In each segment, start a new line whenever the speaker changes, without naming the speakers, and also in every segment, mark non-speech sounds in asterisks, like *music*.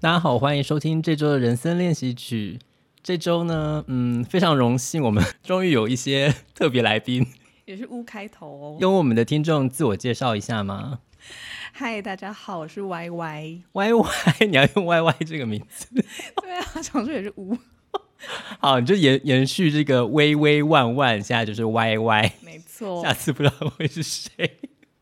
大家好，欢迎收听这周的人生练习曲。这周呢，嗯，非常荣幸，我们终于有一些特别来宾，
也是乌开头哦。
用我们的听众自我介绍一下吗
嗨，大家好，我是 Y
*laughs*
Y。
？Y Y，你要用 Y Y 这个名字，
对啊，想说也是
*laughs*
乌，
好，你就延延续这个微微万万，现在就是 Y Y，
没错
下。次不知道会是谁，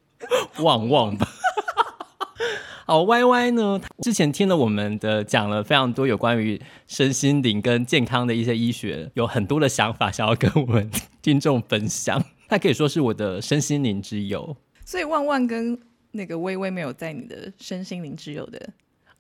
*laughs* 旺旺吧。 *laughs* 好，Y Y 呢？他之前听了我们的讲了非常多有关于身心灵跟健康的一些医学，有很多的想法想要跟我们 *laughs* 听众分享。他可以说是我的身心灵之友
所以万万跟那个微微没有在你的身心灵之友的，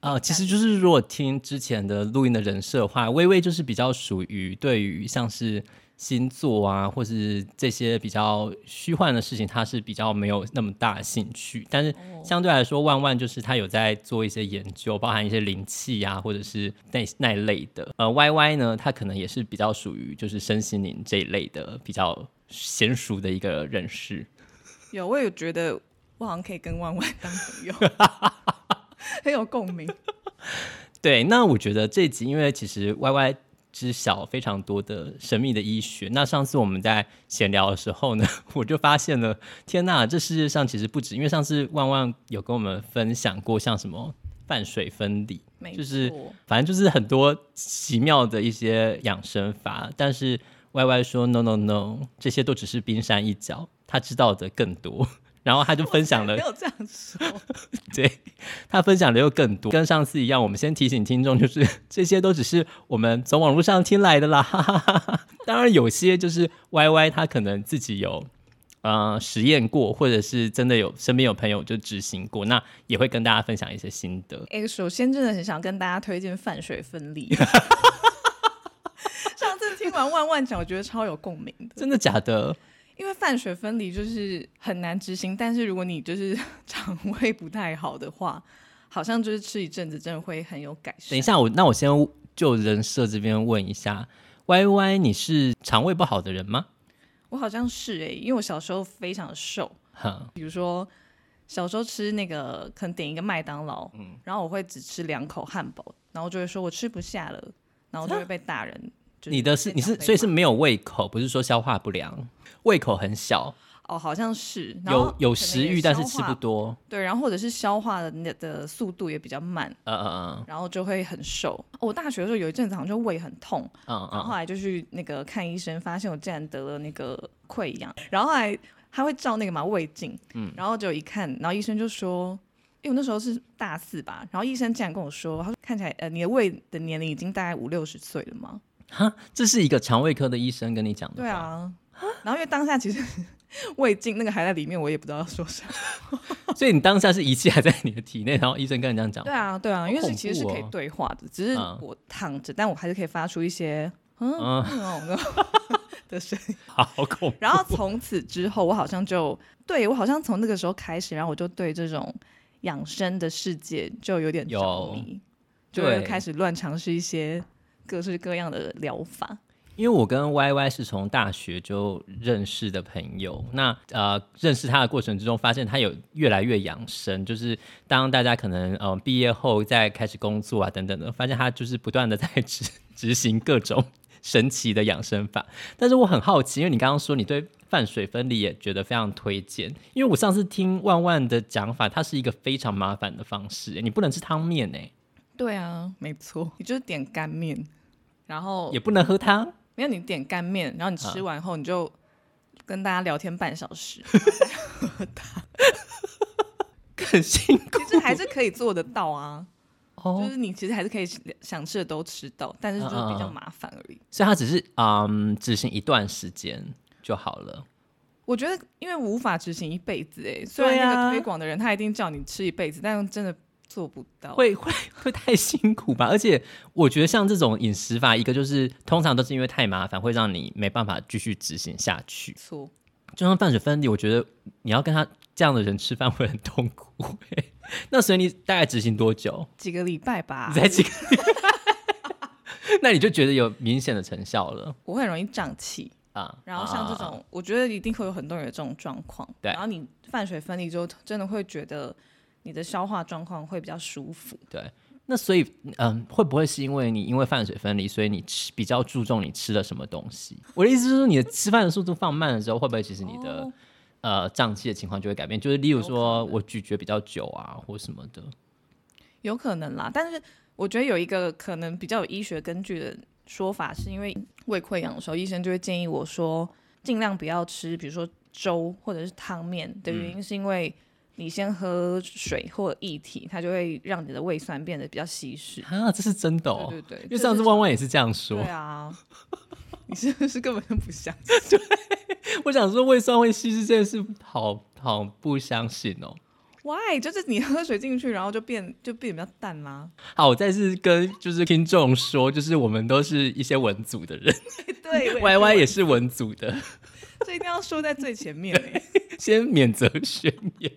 啊、其实就是如果听之前的录音的人设的话，微微就是比较属于对于像是星座啊，或是这些比较虚幻的事情，他是比较没有那么大的兴趣。但是相对来说，万万就是他有在做一些研究，包含一些灵气啊，或者是那那一类的。呃，Y Y 呢，他可能也是比较属于就是身心灵这一类的比较娴熟的一个人士。
有我有觉得我好像可以跟万万当
*laughs*
朋友，很有共鸣。
对，那我觉得这集因为其实 Y Y 知晓非常多的神秘的医学。那上次我们在闲聊的时候呢， *laughs* 我就发现了，天呐，这世界上其实不止，因为上次万万有跟我们分享过，像什么泛水分离，
没错，
就是
*laughs*
反正就是很多奇妙的一些养生法，但是 Y Y 说 no no no，这些都只是冰山一角，他知道的更多。 *laughs* 然后他就分享了
没有这样说，
对他分享的又更多，跟上次一样，我们先提醒听众，就是 *laughs* 这些都只是我们从网络上听来的啦。 *laughs* 哈哈哈哈。当然，有些就是 Y Y 他可能自己有呃实验过，或者是真的有身边有朋友就执行过，那也会跟大家分享一些心得。
哎、首先真的很想跟大家推荐泛水
*laughs*
分离。上次听完万万讲，我觉得超有共鸣的。
真的假的？
因为泛水分离就是很难执行，但是如果你就是 *laughs* 肠胃不太好的话，好像就是吃一阵子真的会很有改善。
等一，下我，那我先就人设这边问一下，Y Y 你是肠胃不好的人吗？
我好像是诶、因为我小时候非常瘦，
哈，
比如说小时候吃那个可能点一个麦当劳，
嗯
然后我会只吃两口汉堡，然后就会说我吃不下了，然后就会被大人。就是
你的是
现
你
场
是
被
所以是
骂
没有胃口，不是说消化不良，胃口很小。
哦，好像是然后
有有
可能
食
也
欲，但是
消
吃不
化
多。
对，然后或者是消化的那的速度也比较慢，
嗯嗯
然后就会很瘦。哦我大学的时候有一阵子好像就胃很痛，
嗯
然后
嗯
后来就去那个看医生，发现我竟然得了那个溃疡，然后后来他会照那个嘛胃镜，然后就一看，然后医生就说，因为我那时候是大四吧，然后医生竟然跟我说，他说看起来呃你的胃的年龄已经大概五六十岁了嘛，
嗯，哈，这是一个肠胃科的医生跟你讲的。
对，啊，然后因为当下其实胃镜那个还在里面，我也不知道要说啥，
所以你当下是仪器还在你的体内，然后医生跟你这样讲。
对啊对啊，因为是其实是可
恐
以
怖哦
对话的，只是
嗯
我躺着，但我还是可以发出一些嗯
嗯
嗯哦那种的声音。
好恐怖。
然后从此之后，我好像就对我好像从那个时候开始，然后我就对这种养生的世界就有点着迷，就
对
会开始乱尝试一些各式各样的疗法。
因为我跟 Y Y 是从大学就认识的朋友，那呃认识他的过程之中，发现他有越来越养生，就是当大家可能呃毕业后再开始工作啊等等的，发现他就是不断的在执 *laughs* 执行各种神奇的养生法。但是我很好奇，因为你刚刚说你对泛水分离也觉得非常推荐，因为我上次听万万的讲法，它是一个非常麻烦的方式，你不能吃汤面哎，
对啊，没错，你就是点干面，然后
也不啊能喝汤。
没有你点干面，然后你吃完后你就跟大家聊天半小时， *laughs*
很辛苦
其实还是可以做得到啊。
哦
就是你其实还是可以想吃的都吃到，但是就是比
嗯
较麻烦而已。
所以它只是嗯执行一段时间就好了。
我觉得，因为无法执行一辈子、哎，虽然那
啊
个推广的人他一定叫你吃一辈子，但真的做不到。
会会 *laughs* 会太辛苦吧？而且我觉得像这种饮食法，一个就是通常都是因为太麻烦，会让你没办法继续执行下去。
错，
就像泛水分离，我觉得你要跟他这样的人吃饭会很痛苦、欸。 *laughs* 那所以你大概执行多久？
几个礼拜吧
你，才几个 *laughs* 礼拜？那你就觉得有明显的成效了
我会很容易胀气。
啊？
然后像这
啊，
种，我觉得一定会有很多人有这种状况。
对
然后你泛水分离之后，真的会觉得你的消化状况会比较舒服。
对，那所以，嗯，会不会是因为你因为饭水分离，所以你吃比较注重你吃了什么东西？我的意思是说，你的吃饭的速度放慢了之后，会不会其实你的、
哦
呃胀气的情况就会改变？就是例如
有可
说我咀嚼比较久啊，或什么的。
有可能啦，但是我觉得有一个可能比较有医学根据的说法，是因为胃溃疡的时候，医生就会建议我说，尽量不要吃，比如说粥或者是汤面的
嗯
原因，是因为你先喝水或液体，它就会让你的胃酸变得比较稀释。
啊，这是真的哦。
对对对，
因为上次
我
万万也是这样说
对，啊，你是不是根本就不相信？
*laughs* 我想说胃酸会稀释这件事，好好不相信哦。
Why？就是你喝水进去，然后就变就变得比较淡
*laughs*
啦。
好，我再次跟就是听众说，就是我们都是一些文组的人
对我
，Y Y 也是文组的，
这一定要说在最前面、欸。
先免责宣言。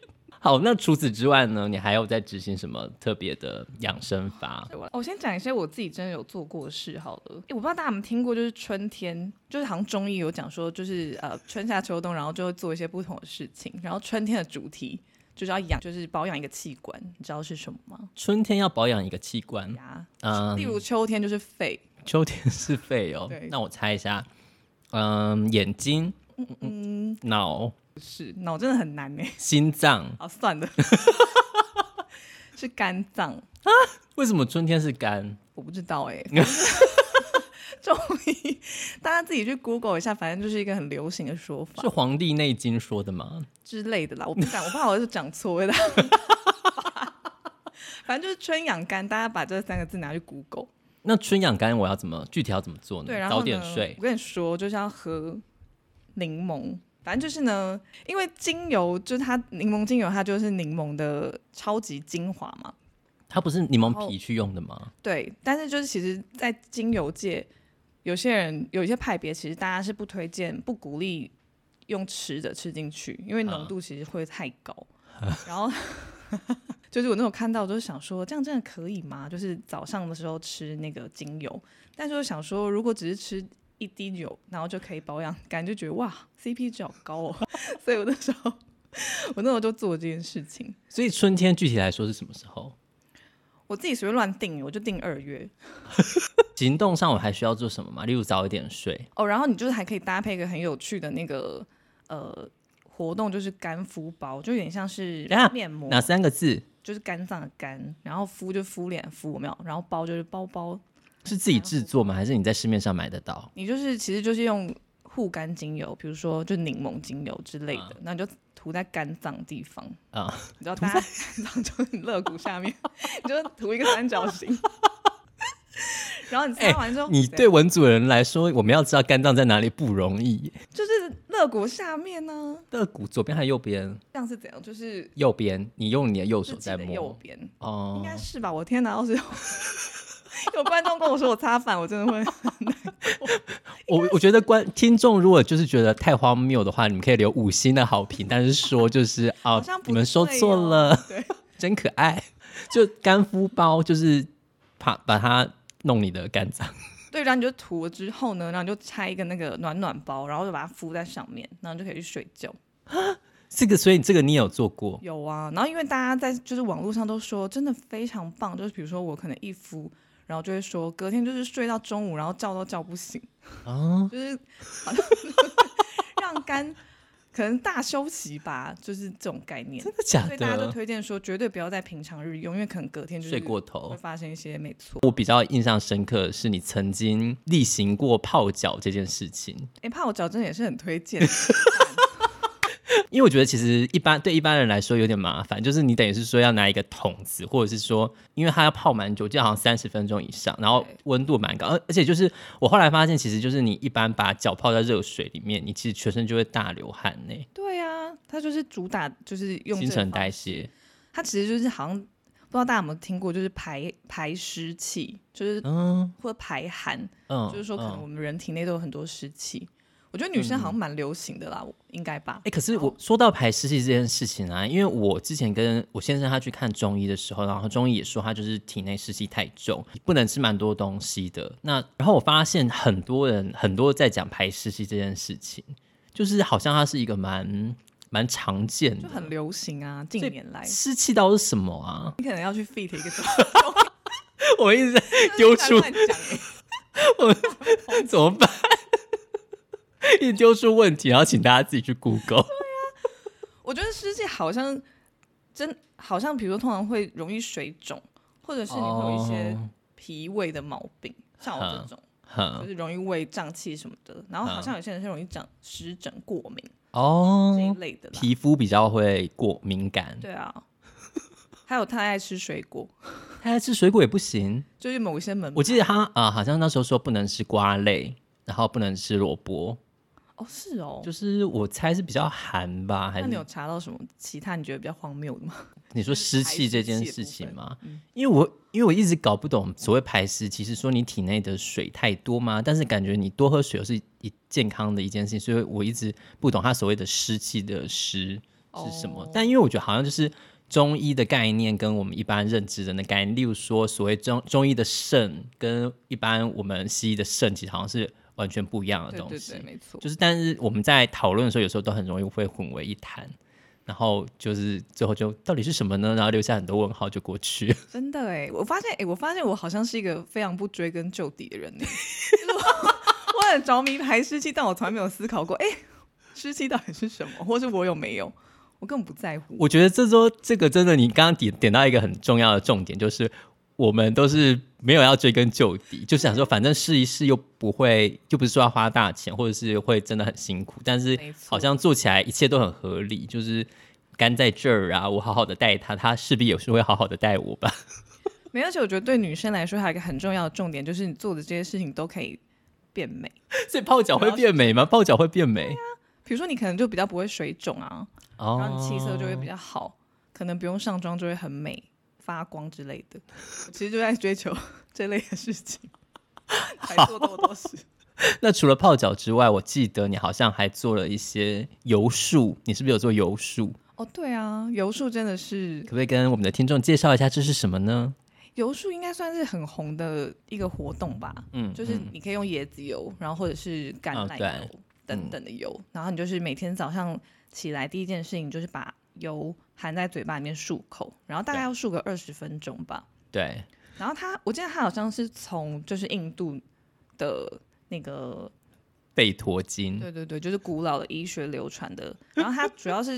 好，那除此之外呢？你还有在执行什么特别的养生法？
我哦我先讲一些我自己真的有做过的事好了。诶我不知道大家有没有听过，就是春天，就是好像中医有讲说，就是呃春夏秋冬，然后就会做一些不同的事情。然后春天的主题就是要养，就是保养一个器官，你知道是什么吗？
春天要保养一个器官，
呀，
嗯
例，如秋天就是肺，
秋天是肺哦
对。
那我猜一下，嗯，眼睛、
嗯，
脑、
是脑真的很难呢、
心脏，
*laughs* 好，算了， *laughs* 是肝脏，
为什么春天是肝？
我不知道哎、中医，大家自己去 Google 一下，反正就是一个很流行的说法。
是《黄帝内经》说的吗？
之类的啦，我不敢，我怕我是讲错的。 *laughs* 反正就是春养肝，大家把这三个字拿去 Google。
那春养肝我要怎么具体要怎么做呢？
对，然后
哦早
呢
点睡
我跟你说，就是要喝柠檬。反正就是呢，因为精油就是它柠檬精油，它就是柠檬的超级精华嘛。
它不是柠檬
后
皮去用的吗？
对，但是就是其实，在精油界，有些人有一些派别，其实大家是不推荐、不鼓励用吃的吃进去，因为浓度其实会太高。 *laughs* 然后就是我那时候看到，我就想说，这样真的可以吗？就是早上的时候吃那个精油，但是我想说，如果只是吃。一滴酒，然后就可以保养，感觉就觉得哇，CP 值好高哦， *laughs* 所以我那时候， *laughs* 我那时候就做这件事情，
所以春天具体来说是什么时候？
我自己随便乱定，我就定二月，
行动上我还需要做什么吗？例如早一点睡，
哦，然后你就是还可以搭配一个很有趣的那个呃活动，就是干敷包，就有点像是
等一下
面膜，
哪三个字
就是肝脏的肝，然后敷就敷脸敷，有没有？然后包就是包包，
是自己制作吗？还是你在市面上买得到？
你就是其实就是用护肝精油，比如说就柠檬精油之类
嗯
的，那、你就涂在肝脏的地方
啊
*laughs* 你知道大家肝脏就是你肋骨下面， *laughs* 你就涂一个三角形，然后你擦完之后，
哎你
怎样
对文组人来说，我们要知道肝脏在哪里不容易。
就是肋骨下面呢、
肋骨左边还是右边？
这样是怎样？就是
右边，你用你的右
自
手
己
在
的右
摸。
边，应
哦，
该是吧？我天哪，要是有 *laughs* 有观众跟我说我擦反，我真的会。
哦我我觉得观听众如果就是觉得太荒谬的话，你们可以留五星的好评，但是说就是啊，
像不
你们说
对
错
哦
了， *laughs*
对，
真可爱。就干敷包，就是把把它弄你的肝脏。
对，然后你就涂了之后呢，然后你就拆一个那个暖暖包，然后就把它敷在上面，然后你就可以去睡觉。
这个，所以这个你有做过？
有啊，然后因为大家在就是网络上都说真的非常棒，就是比如说我可能一敷。然后就会说，隔天就是睡到中午，然后叫都叫不醒，
哦，
就是好像 *laughs* 让肝可能大休息吧，就是这种概念。
真的假 *laughs*
所以大家都
的？
推荐说，绝对不要在平常日用，因为可能隔天就是
啊睡过
会
头。
发生一些没错。
我比较印象深刻的是你曾经例行过泡脚这件事情，
哎、怕我脚真的也是很
*laughs*
推荐，
因为我觉得其实一般对一般人来说有点麻烦，就是你等于是说要拿一个桶子，或者是说，因为它要泡蛮久，就好像三十分钟以上，然后
对
温度蛮高，而而且就是我后来发现，其实就是你一般把脚泡在热水里面，你其实全身就会大流汗呢，
对啊，它就是主打就是用
新
这个
陈
方
代谢。
它其实就是好像不知道大家有没有听过，就是排排湿气，就是
嗯
或排寒，
嗯，
就是说可能
嗯
我们人体内都有很多湿气。我觉得女生好像蛮流行的啦，我应该吧
哎、？可是
哦
我说到排湿气这件事情啊，因为我之前跟我先生他去看中医的时候，然后中医也说他就是体内湿气太重，不能吃蛮多东西的。那然后我发现很多人很多在讲排湿气这件事情，就是好像它是一个蛮蛮常见
就
的。
很流行啊，近年来
湿气到底是什么啊？ *laughs*
*laughs* 你可能要去 fit 一个中
我一直在丢出
乱讲欸
怎么办？ *laughs* 一丢出问题，然后请大家自己去
*laughs*
Google。
我觉得湿气好像真好像，比如说通常会容易水肿，或者是你会有一些
哦嗯
脾胃的毛病，像我这种。就
哼
是容易胃胀气什么的，然后好像有些人是容易长湿疹、过敏这一
嗯哦，
类的啦。
皮肤比较会过敏感，
对啊，还有太爱吃水果，
他吃水果也不行。
就是某一些门
我记得他啊、好像那时候说不能吃瓜类，然后不能吃萝卜，
哦是哦，
就是我猜是比较寒吧，还
那
是
你有查到什么其他你觉得比较荒谬的吗？
你说湿气这件
排湿气
事
的部
情
分嗯
吗？因为我因为我一直搞不懂所谓排湿气，是说你体内的水太多吗？但是感觉你多喝水又是一健康的一件事情，所以我一直不懂它所谓的湿气的湿是什么。
哦
但因为我觉得好像就是中医的概念跟我们一般认知的那概念，例如说所谓中中医的肾跟一般我们西医的肾，其实好像是完全不一样的
对
东
对
西。
对，没错。
就是，但是我们在讨论的时候，有时候都很容易会混为一谈，然后就是最后就到底是什么呢？然后留下很多问号就过去。 *laughs*
真的哎，我发现哎，我发现我好像是一个非常不追根究底的人欸， *laughs* 就是我我很着迷排湿气，但我从来没有思考过，哎，湿气到底是什么，或是我有没有，我根本不在乎。
我觉得这周这个真的，你刚刚点点到一个很重要的重点，就是我们都是没有要追根究底，就想说反正试一试，又不会，又不是说要花大钱，或者是会真的很辛苦，但是
没错
好像做起来一切都很合理，就是。肝在这儿啊，我好好的待他，他势必也是会好好的待我吧。 *laughs*
没有，而且我觉得对女生来说还有一个很重要的重点，就是你做的这些事情都可以变美。
所以泡脚会变美吗？泡脚会变美
比如说，你可能就比较不会水肿啊，
哦
然后你气色就会比较好，可能不用上妆就会很美、发光之类的。我其实就在追求这类的事
*laughs*
情，才做这么多事。
那除了泡脚之外，我记得你好像还做了一些游术，你是不是有做游术？
哦，对啊，游术真的是
可不可以跟我们的听众介绍一下这是什么呢？
游术，应该算是很红的一个活动吧。
嗯，
就是你可以用椰子油，然后或者是橄
哦
榄油、
对
等等的油，然后你就是每天早上起来第一件事情就是把油含在嘴巴里面漱口，然后大概
对
要漱个二十分钟吧。
对，
然后它，我记得它好像是从就是印度的那个，
贝陀经。
对对对，就是古老的医学流传的。然后它主要是，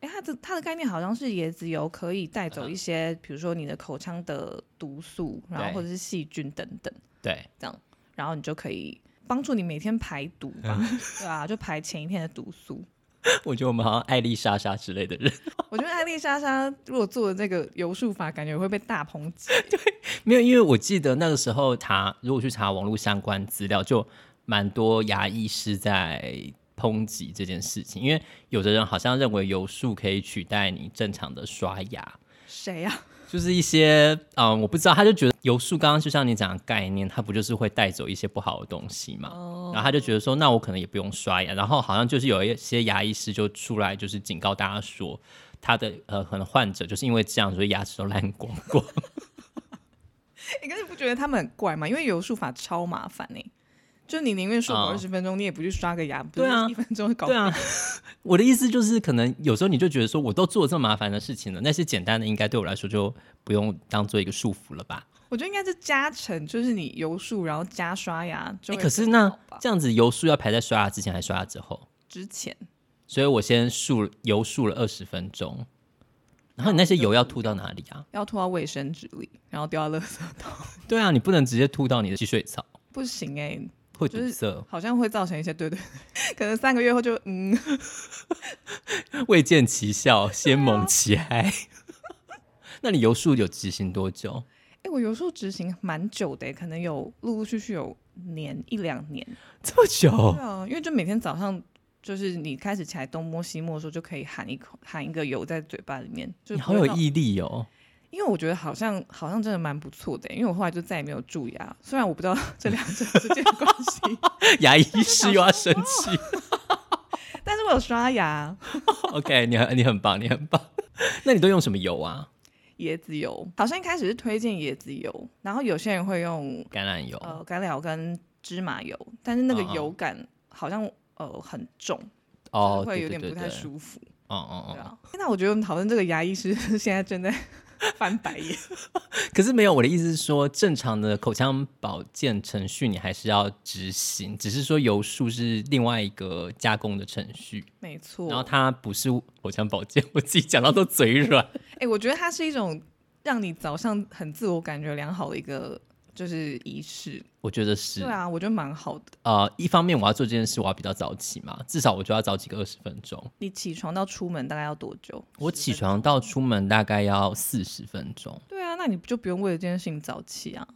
哎，它的它的概念好像是椰子油可以带
嗯
走一些，比如说你的口腔的毒素，然后
对
或者是细菌等等。
对， *laughs*
然后你就可以帮助你每天排毒吧，
嗯
对啊，就排前一天的毒素。
我觉得我们好像艾丽莎莎之类的人， *laughs*
我觉得艾丽莎莎如果做的这个游术法，感觉会被大抨击。
没有，因为我记得那个时候查，如果去查网络相关资料，就蛮多牙医师在抨击这件事情，因为有的人好像认为游术可以取代你正常的刷牙，
谁啊？ *laughs*
就是一些嗯，我不知道，他就觉得游术刚刚就像你讲的概念，它不就是会带走一些不好的东西嘛？
哦
然后他就觉得说，那我可能也不用刷牙。然后好像就是有一些牙医师就出来，就是警告大家说，他的呃可能患者就是因为这样，所以牙齿都烂光光。
你可是不觉得他们很怪吗？因为游术法超麻烦呢、就是你宁愿漱口
哦
二十分钟，你也不去刷个牙，不
对啊
一分钟就搞
对啊，我的意思就是，可能有时候你就觉得说，我都做这么麻烦的事情了，那些简单的应该对我来说就不用当做一个束缚了吧？
我觉得应该是加成，就是你游术，然后加刷牙就
哎、
会
可是
更好
那
吧
这样子游术要排在刷牙之前还是刷牙之后？
之前
所以我先漱油漱了二十分钟，然后你那些油要吐到哪里啊？
要拖到卫生纸里，然后丢到垃圾桶，
对啊，你不能直接吐到你的吸水槽，
不行哎、
会
就
堵
是
塞。
好像会造成一些对 *laughs* 对，对可能三个月后就嗯，
*laughs* 未见其效，先蒙其害。 *laughs* 那你油漱有执行多久？
哎、我有时候执行蛮久的欸，可能有陆陆续续有年一两年。
这么久
对？啊，因为就每天早上，就是你开始起来东摸西摸的时候，就可以含一口含一个油在嘴巴里面，就
你
是
好
不会
有
到。
毅力哦！
*laughs* 因为我觉得好像好像真的蛮不错的欸，因为我后来就再也没有蛀牙，虽然我不知道 *laughs* 这两者之间的关系，
牙医师又要生
*laughs*
气。
但是我有刷牙、
OK，你很你很棒，你很棒。那你都用什么油啊？
椰子油，好像一开始是推荐椰子油，然后有些人会用
橄榄油。
呃橄榄油跟芝麻油，但是那个
嗯嗯
油感好像呃很重，
哦，
会
对
有
对
点
对
不
对，
太舒服。
哦哦
对啊
哦，
啊，那我觉得我们讨论这个牙医师现在正在 *laughs* 翻白眼。
可是没有，我的意思是说，正常的口腔保健程序你还是要执行，只是说游术是另外一个加工的程序，
没错。
然后它不是口腔保健，我自己讲到都嘴软。 *laughs*
哎、我觉得它是一种让你早上很自我感觉良好的一个就是仪式。
我觉得是
对，啊，我觉得蛮好的。
呃，一方面我要做这件事，我要比较早起嘛，至少我就要早起个二十分钟。
你起床到出门大概要多久？
我起床到出门大概要四十分钟，
对啊，那你就不用为了这件事情早起 *laughs* 啊。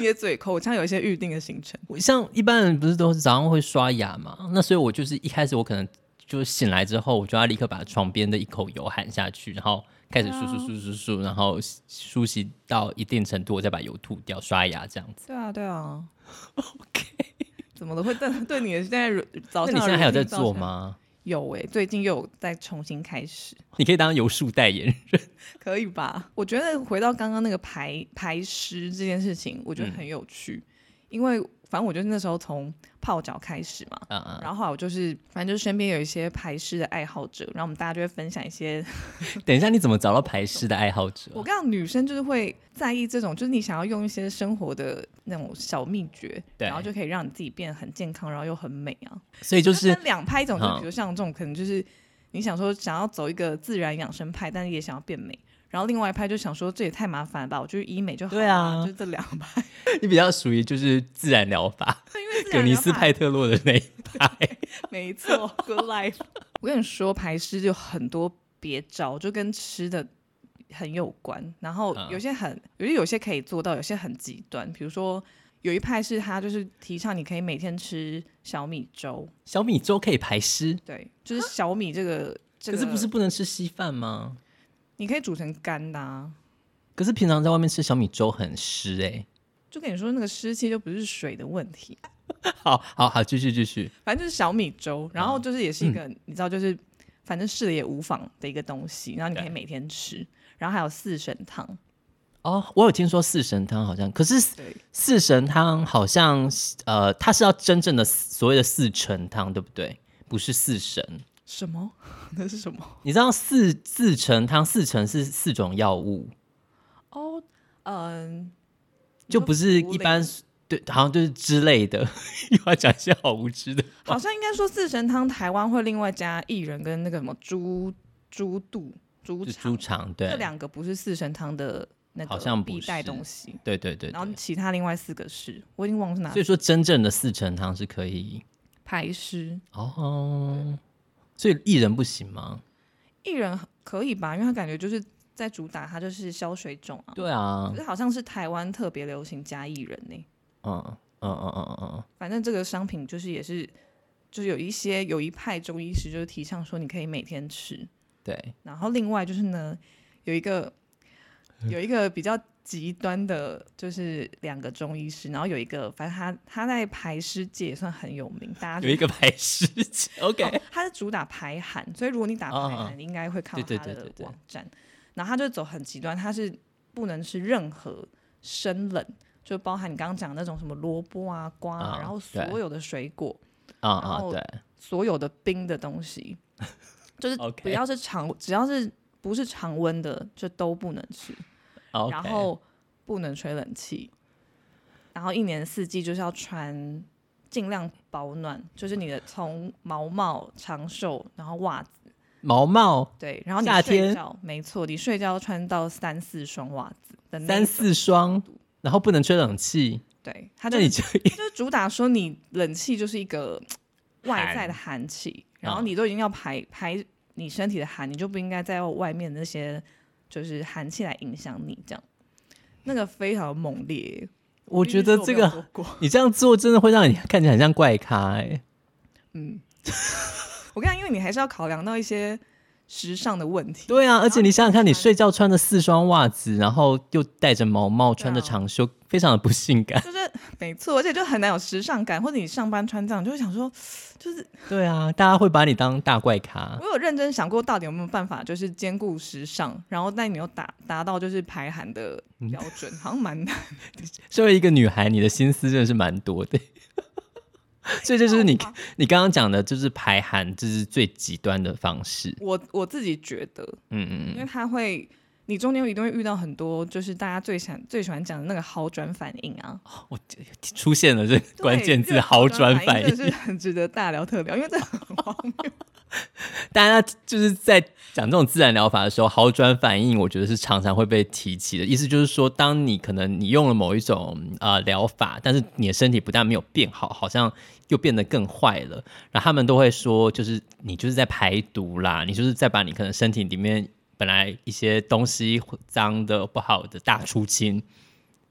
你的嘴口腔有一些预定的行程，
我像一般人不是都是早上会刷牙嘛？那所以我就是一开始我可能就是醒来之后，我就要立刻把床边的一口油含下去，然后开始漱漱
哦
漱漱漱，然后梳洗到一定程度，我再把油吐掉，刷牙这样子。
对啊，对啊。OK，怎么了？会对对你的现在早
那
上？
你现在还有在做？吗？
有哎、最近又有在重新开始，
你可以当油术代言人。
可以吧？我觉得回到刚刚那个排排湿这件事情，我觉得
嗯
很有趣，因为反正我就是那时候从泡脚开始嘛，
嗯嗯，
然后后来我就是反正就是身边有一些排湿的爱好者，然后我们大家就会分享一些
等一下，你怎么找到排湿的爱好者
我？跟你讲，女生就是会在意这种，就是你想要用一些生活的那种小秘诀，
对
然后就可以让你自己变得很健康，然后又很美啊。
所以就是
分两派，一种就
嗯
比如像这种，可能就是你想说想要走一个自然养生派，但是也想要变美。然后另外一派就想说这也太麻烦了吧，我去医美就好了。
对啊
就是这两派， *laughs*
你比较属于就是自然疗法，
因为自
葛
然
尼
疗
斯
法
派特洛的那一派。
没错，Good life。我 *laughs* 跟你说，排湿就很多别招，就跟吃的很有关。然后
嗯
有些很，有些有些可以做到，有些很极端。比如说，有一派是他就是提倡你可以每天吃小米粥，
小米粥可以排湿，
对，就是小米这个这
可
个，
是不是不能吃稀饭吗？
你可以煮成干的、啊。
可是平常在外面吃小米粥很湿哎、
就跟你说，那个湿气就不是水的问题，
好好好，继续继续。
反正就是小米粥，然
嗯
后就是也是一个、你知道，就是反正试了也无妨的一个东西，然后你可以
对
每天吃，然后还有四神汤，
哦，我有听说四神汤好像，可是
对，
四神汤好像呃，它是要真正的所谓的四神汤，对不对？不是四神。
什么？ *laughs* 那是什么？
你知道四四神汤四神是四种药物，
哦，嗯，
就不是
茯
一般
苓
对，好像就是之类的。 *laughs* 又要讲一些好无知的，
好像应该说四神汤台湾会另外加薏仁跟那个什么猪猪肚、猪
就
肠
猪，肠对
这，两个不是四神汤的那个
好像不
必带
是
东西。
对对对
然后
对。
其他另外四个是，我已经忘了是哪
所以说，真正的四神汤是可以
排湿
哦，所以薏仁不行吗？
薏仁可以吧？因为它感觉就是在主打，它就是消水肿啊。
对啊
可，是好像是台湾特别流行加薏仁呢。
嗯嗯嗯嗯嗯，嗯，
反正这个商品就是也是，就是有一些有一派中医师就是提倡说你可以每天吃，
对，
然后另外就是呢，有一个有一个比较极端的，就是两个中医师，然后有一个，反正他他在排湿界也算很有名，大家就
有一个排湿
*laughs*
，OK，、
哦他是主打排寒，所以如果你打排
哦
寒，
哦
你应该会看到
对对
他
对
的
对对
网站。然后他就走很极端，他是不能吃任何生冷，就包含你刚刚讲的那种什么萝卜啊、瓜啊，
啊
然后
对
所有的水果，
啊
然
啊、
后
对，
所有的冰的东西，就是不
OK
要是常只要是不是常温的就都不能吃
o k
然后不能吹冷气，然后一年四季就是要穿尽量保暖，就是你的从毛毛、长袖，然后袜子，
毛毛
对，然后你
夏
睡
天
觉，没错，你睡觉要穿到三四双袜子的那
三
一
四双，然后不能吹冷气，
对，他
那
就
你就
*laughs* 就是主打说你冷气就是一个外在的寒气，然
嗯
后你都已经要排排你身体的寒，你就不应该再用外面的那些就是寒气来影响你这样。那个非常猛烈，
我觉得
必须
这
说我没
个
有做过 *laughs*
你这样做真的会让你 *laughs* 看起来很像怪咖哎、
我跟你讲，因为你还是要考量到一些时尚的问题。
对啊，而且你想想看，你
穿啊
睡觉穿着四双袜子，然后又戴着毛帽，穿着
对啊
长袖，非常的不性
*laughs*
感。
就是没错，而且就很难有时尚感，或者你上班穿这样，就会想说，就是
对啊，大家会把你当大怪咖
我。有认真想过，到底有没有办法，就是兼顾时尚，然后但你又达达到就是排寒的
嗯
标准，好像蛮难。
身为一个女孩，你的心思真的是蛮多
*laughs*
的。所以这就是你你刚刚讲的，就是排寒，这是最极端的方式。
我我自己觉得，
嗯嗯
因为它会你中间一定会遇到很多，就是大家最想最喜欢讲的那个好转反应啊，
我出现了这个关键字
对
好转
反
反
应，
应
真，的是很值得大聊特聊，因为这
*laughs*
很荒谬。
大家就是在讲这种自然疗法的时候，好转反应，我觉得是常常会被提起的。意思就是说，当你可能你用了某一种呃疗法，但是你的身体不但没有变好，好像又变得更坏了。然后他们都会说，就是你就是在排毒啦，你就是在把你可能身体里面本来一些东西脏的不好的大出清。 *laughs*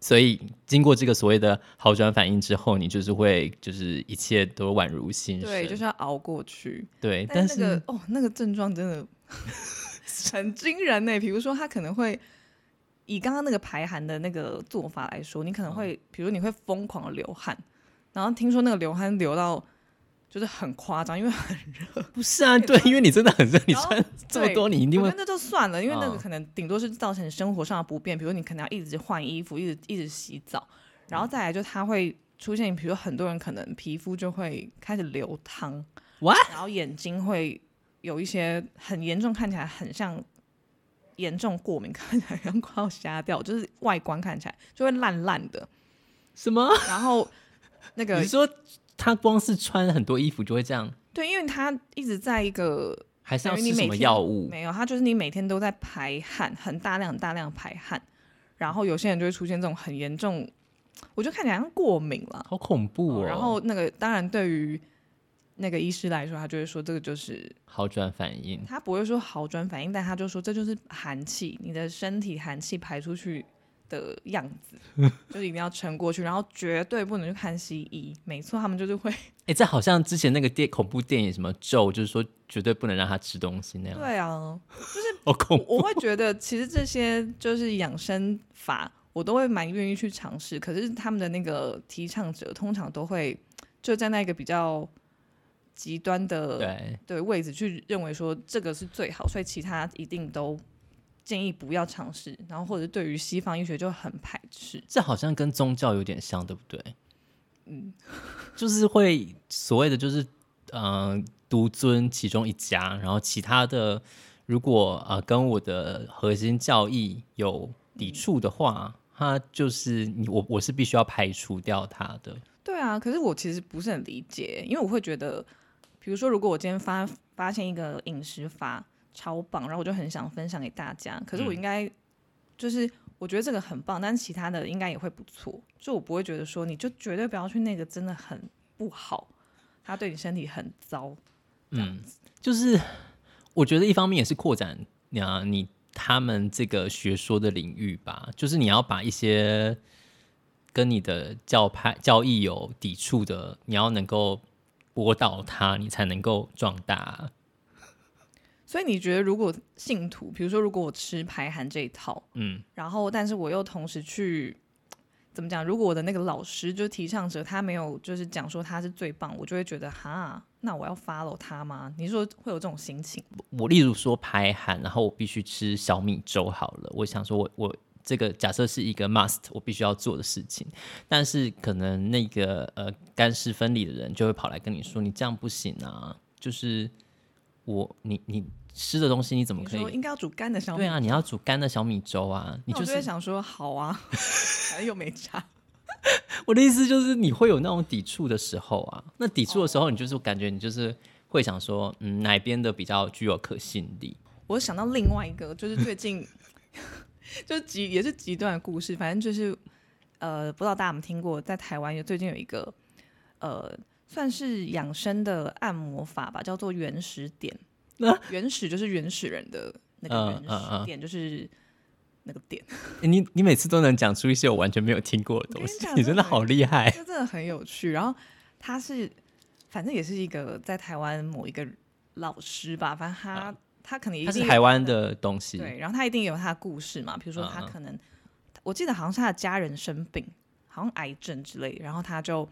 所以经过这个所谓的好转反应之后，你就是会就是一切都宛如新生。
对，就是要熬过去。
对，
但
但
那
是
个哦，那个症状
*laughs*
真的很惊人呢、比如说，他可能会以刚刚那个排寒的那个做法来说，你可能
嗯
会，比如你会疯狂地流汗，然后听说那个流汗流到就是很夸张，因为
不是啊，对，因为你真的很热，你
然后
穿这么
对
多，你一定
我
会
觉得那就算了，因为那
嗯
个可能顶多是造成生活上的不便，比如你可能要一直换衣服，一直一直洗澡，然
嗯
后再来就它会出现，比如很多人可能皮肤就会开始流汤
What？
然后眼睛会有一些很严重，看起来很像严重过敏， *laughs* 看起来像快要瞎掉，就是外观看起来就会烂烂的，
什么？
然后那个
你是说他光是穿很多衣服就会这样，
对，因为它一直在一个
还是要
等于
吃什
你每
么
天
药物？
没有，它就是你每天都在排汗，很大量、很大量地排汗，然后有些人就会出现这种很严重，我就看起来像过敏了。
好恐怖哦！
然后那个当然对于那个医师来说，他就会说这个就是
好转反应，
他不会说好转反应，但他就说这就是寒气，你的身体寒气排出去的样子， *laughs* 就是一定要撑过去，然后绝对不能去看西医。没错，他们就是会
哎，这好像之前那个电恐怖电影什么咒，就是说绝对不能让他吃东西那样，
对啊，
好恐怖。
*laughs* 我我会觉得，其实这些就是养生法，我都会蛮愿意去尝试。可是他们的那个提倡者，通常都会就站在一个比较极端的
对，
对位置去认为说这个是最好，所以其他一定都建议不要尝试。然后或者对于西方医学就很排斥。
这好像跟宗教有点像，对不对？嗯，就是会所谓的就是嗯、呃独尊其中一家，然后其他的如果呃跟我的核心教义有抵触的话，它就是你我我是必须要排除掉它的。
对啊，可是我其实不是很理解，因为我会觉得，比如说，如果我今天发发现一个饮食法超棒，然后我就很想分享给大家，可是我应该、就是我觉得这个很棒，但是其他的应该也会不错，就我不会觉得说你就绝对不要去那个真的很不好，它对你身体很糟。
就是我觉得一方面也是扩展啊你他们这个学说的领域吧，就是你要把一些跟你的教派教义有抵触的，你要能够驳倒它，你才能够壮大。
所以你觉得，如果信徒，比如说，如果我吃排寒这一套，
嗯，
然后但是我又同时去怎么讲？如果我的那个老师就是提倡者，他没有就是讲说他是最棒，我就会觉得哈，那我要 follow 他吗？你说会有这种心情？
我例如说排寒，然后我必须吃小米粥好了，我想说我我这个假设是一个 must，我必须要做的事情，但是可能那个呃干湿分离的人就会跑来跟你说，你这样不行啊，就是我你你吃的东西你怎么
你
可
说
以？
应该要煮干的小米，
对啊，你要煮干的小米粥啊，你
那我
就
就会
是
想说好啊， *laughs* 反正又没差。
我的意思就是你会有那种抵触的时候啊，那抵触的
哦
时候，你就是感觉你就是会想说，嗯，哪边的比较具有可信力？
我想到另外一个，就是
*laughs*
最近就是极也是极端的故事，反正就是呃，不知道大家有没有听过，在台湾有最近有一个呃，算是养生的按摩法吧，叫做原始
*laughs*
点。
啊
原始就是原始人的那个
嗯
原
嗯嗯
始点，就是那个点，
欸你你每次都能讲出一些我完全没有听过的东
我
西
跟，你讲
你真的
真的
好厉害！
*laughs* 这真的很有趣。然后他是反正也是一个在台湾某一个老师吧，反正他、
啊
他可能一
它是
定
台湾的东西，
对，然后他一定有他的故事嘛，比如说他
嗯嗯
可能，我记得好像是他的家人生病，好像癌症之类，然后他就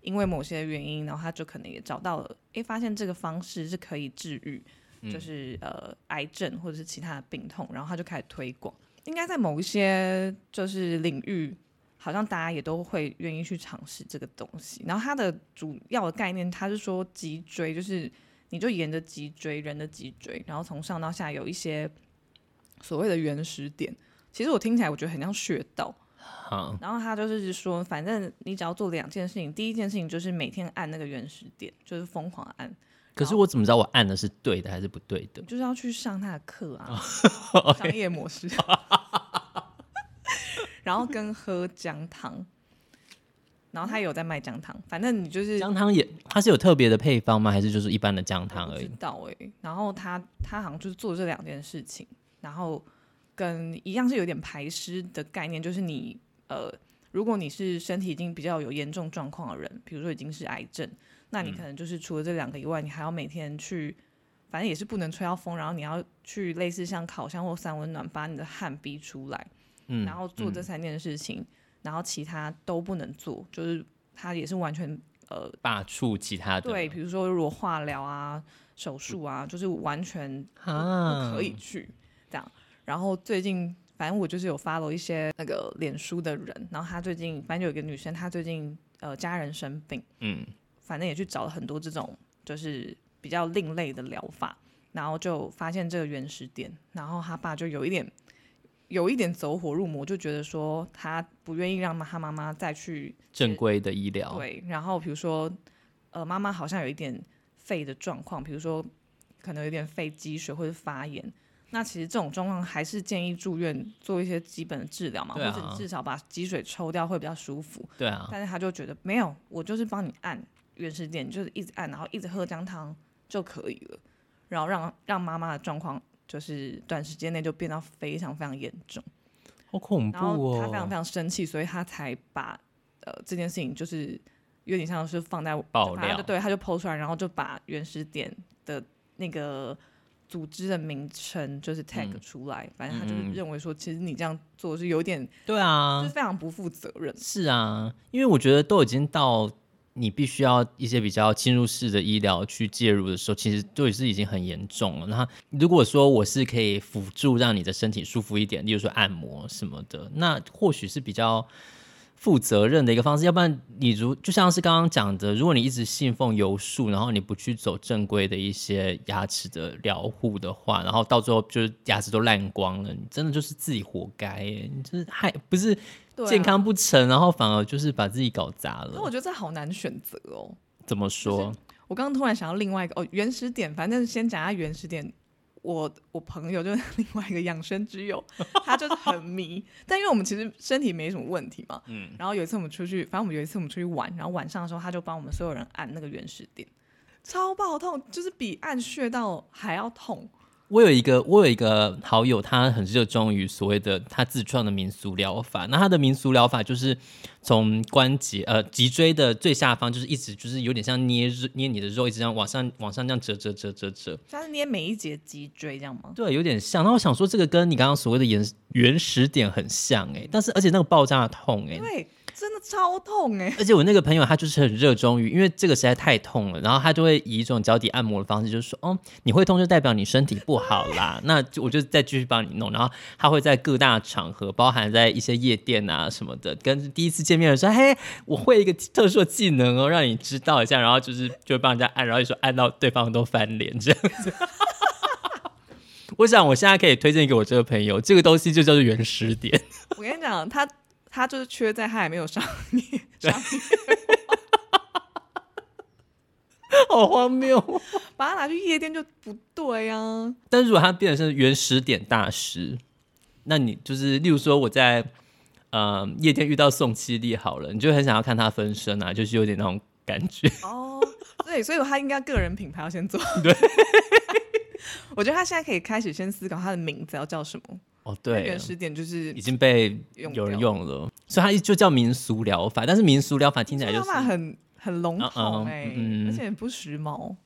因为某些原因，然后他就可能也找到了，诶，发现这个方式是可以治愈，
嗯
就是、呃癌症或者是其他的病痛，然后他就开始推广，应该在某一些就是领域。好像大家也都会愿意去尝试这个东西，然后它的主要的概念，它是说脊椎，就是你就沿着脊椎，人的脊椎，然后从上到下有一些所谓的原始点。其实我听起来我觉得很像穴道，
好，
然后他就是说，反正你只要做两件事情，第一件事情就是每天按那个原始点，就是疯狂按，
可是我怎么知道我按的是对的还是不对的
你？就是要去上他的课啊， *laughs* 商业模式，然后跟喝姜汤，然后他有在卖姜汤，反正你就是
姜汤也，它是有特别的配方吗？还是就是一般的姜
我
汤
不
而
知
已？
道哎、然后他他好像就是做这两件事情，然后跟一样是有点排湿的概念，就是你呃，如果你是身体已经比较有严重状况的人，比如说已经是癌症，那
嗯
你可能就是除了这两个以外，你还要每天去。反正也是不能吹到风，然后你要去类似像烤箱或三温暖把你的汗逼出来，
嗯，
然后做这三件事情，然后其他都不能做，就是它也是完全呃
罢黜其他的，
对，比如说如果化疗啊、手术啊，就是完全
啊，
不可以去、这样。然后最近，反正我就是有 follow 一些那个脸书的人，然后她最近，反正有一个女生，她最近呃家人生病，
嗯，
反正也去找了很多这种就是比较另类的疗法，然后就发现这个原始点，然后他爸就有一点有一点走火入魔，就觉得说他不愿意让他妈妈再去
正规的医疗，
对，然后比如说，呃，妈妈好像有一点肺的状况，比如说可能有点肺积水或者发炎。那其实这种状况还是建议住院做一些基本的治疗嘛，
对啊
或者你至少把积水抽掉会比较舒服。
对啊，
但是他就觉得没有，我就是帮你按原始点，就是一直按，然后一直喝姜汤就可以了，然后让让妈妈的状况就是短时间内就变到非常非常严重。
好恐
然后
怖
他非常
哦，
非常生气，所以他才把呃这件事情就是有点像是放在
爆
反正
料
就，对，他就抛出来，然后就把原始点的那个组织的名称就是 tag 出来，反正他就是
嗯嗯嗯嗯
认为说，其实你这样做是有点、
对啊，
就是非常不负责任。
是啊，因为我觉得都已经到你必须要一些比较侵入式的医疗去介入的时候，其实都是已经很严重了。那如果说我是可以辅助让你的身体舒服一点，例如说按摩什么的，那或许是比较。负责任的一个方式，要不然你如就像是刚刚讲的，如果你一直信奉游术，然后你不去走正规的一些牙齿的疗护的话，然后到最后就是牙齿都烂光了，你真的就是自己活该耶，你就是害不是
对、啊
健。康不成，然后反而就是把自己搞砸
那我
了。
觉得这好难选择哦。
怎么说？
我刚刚突然想到另外一个哦，原始点，反正先讲下原始点。我我朋友就是 *laughs* 另外一个养生之友，他就是很迷，但因为我们其实身体没什么问题嘛，嗯。然后有一次我们出去，反正我们有一次我们出去玩，然后晚上的时候他就帮我们所有人按那个原始点，超爆痛，就是比按穴道还要痛。
我有一个我有一个好友，他很热衷于所谓的他自创的民俗疗法。那他的民俗疗法就是从关节呃脊椎的最下方，就是一直就是有点像捏肉捏你的肉，一直这样往上往上这样折折折折折。
他是捏每一节脊椎这样吗？
对，有点像。那我想说，这个跟你刚刚所谓的原原始点很像哎、但是而且那个爆炸的痛哎、
对，啊真的超痛哎、
而且我那个朋友他就是很热衷于，因为这个实在太痛了，然后他就会以一种脚底按摩的方式，就是说，哦，你会痛就代表你身体不好 *laughs* 啦，那就我就再继续帮你弄。然后他会在各大场合，包含在一些夜店啊什么的，跟第一次见面的时候，嘿，我会一个特殊的技能哦，让你知道一下，然后就是就会帮人家按，然后就说按到对方都翻脸这样子。 *laughs* 我想我现在可以推荐给我这个朋友，这个东西就叫做原始点。
我跟你讲，他他就是缺在他还没有上面上
好荒谬、哦！
把它拿去夜店就不对啊。
但是如果他变成是原始点大师，那你就是例如说我在呃夜店遇到宋七力好了，你就很想要看他分身啊，就是有点那种感觉。
哦，对，所以他应该个人品牌要
*laughs*
先做。对， *laughs* 我觉得他现在可以开始先思考他的名字要叫什么。
哦，
原
对，
始点就是
已经被
用
有人
掉
用了，所以他就叫民俗疗法。但是民俗疗法听起来
这
就
个
是……
方法很很笼统
嗯嗯
哎、
嗯嗯
而且也不
*laughs*
时髦。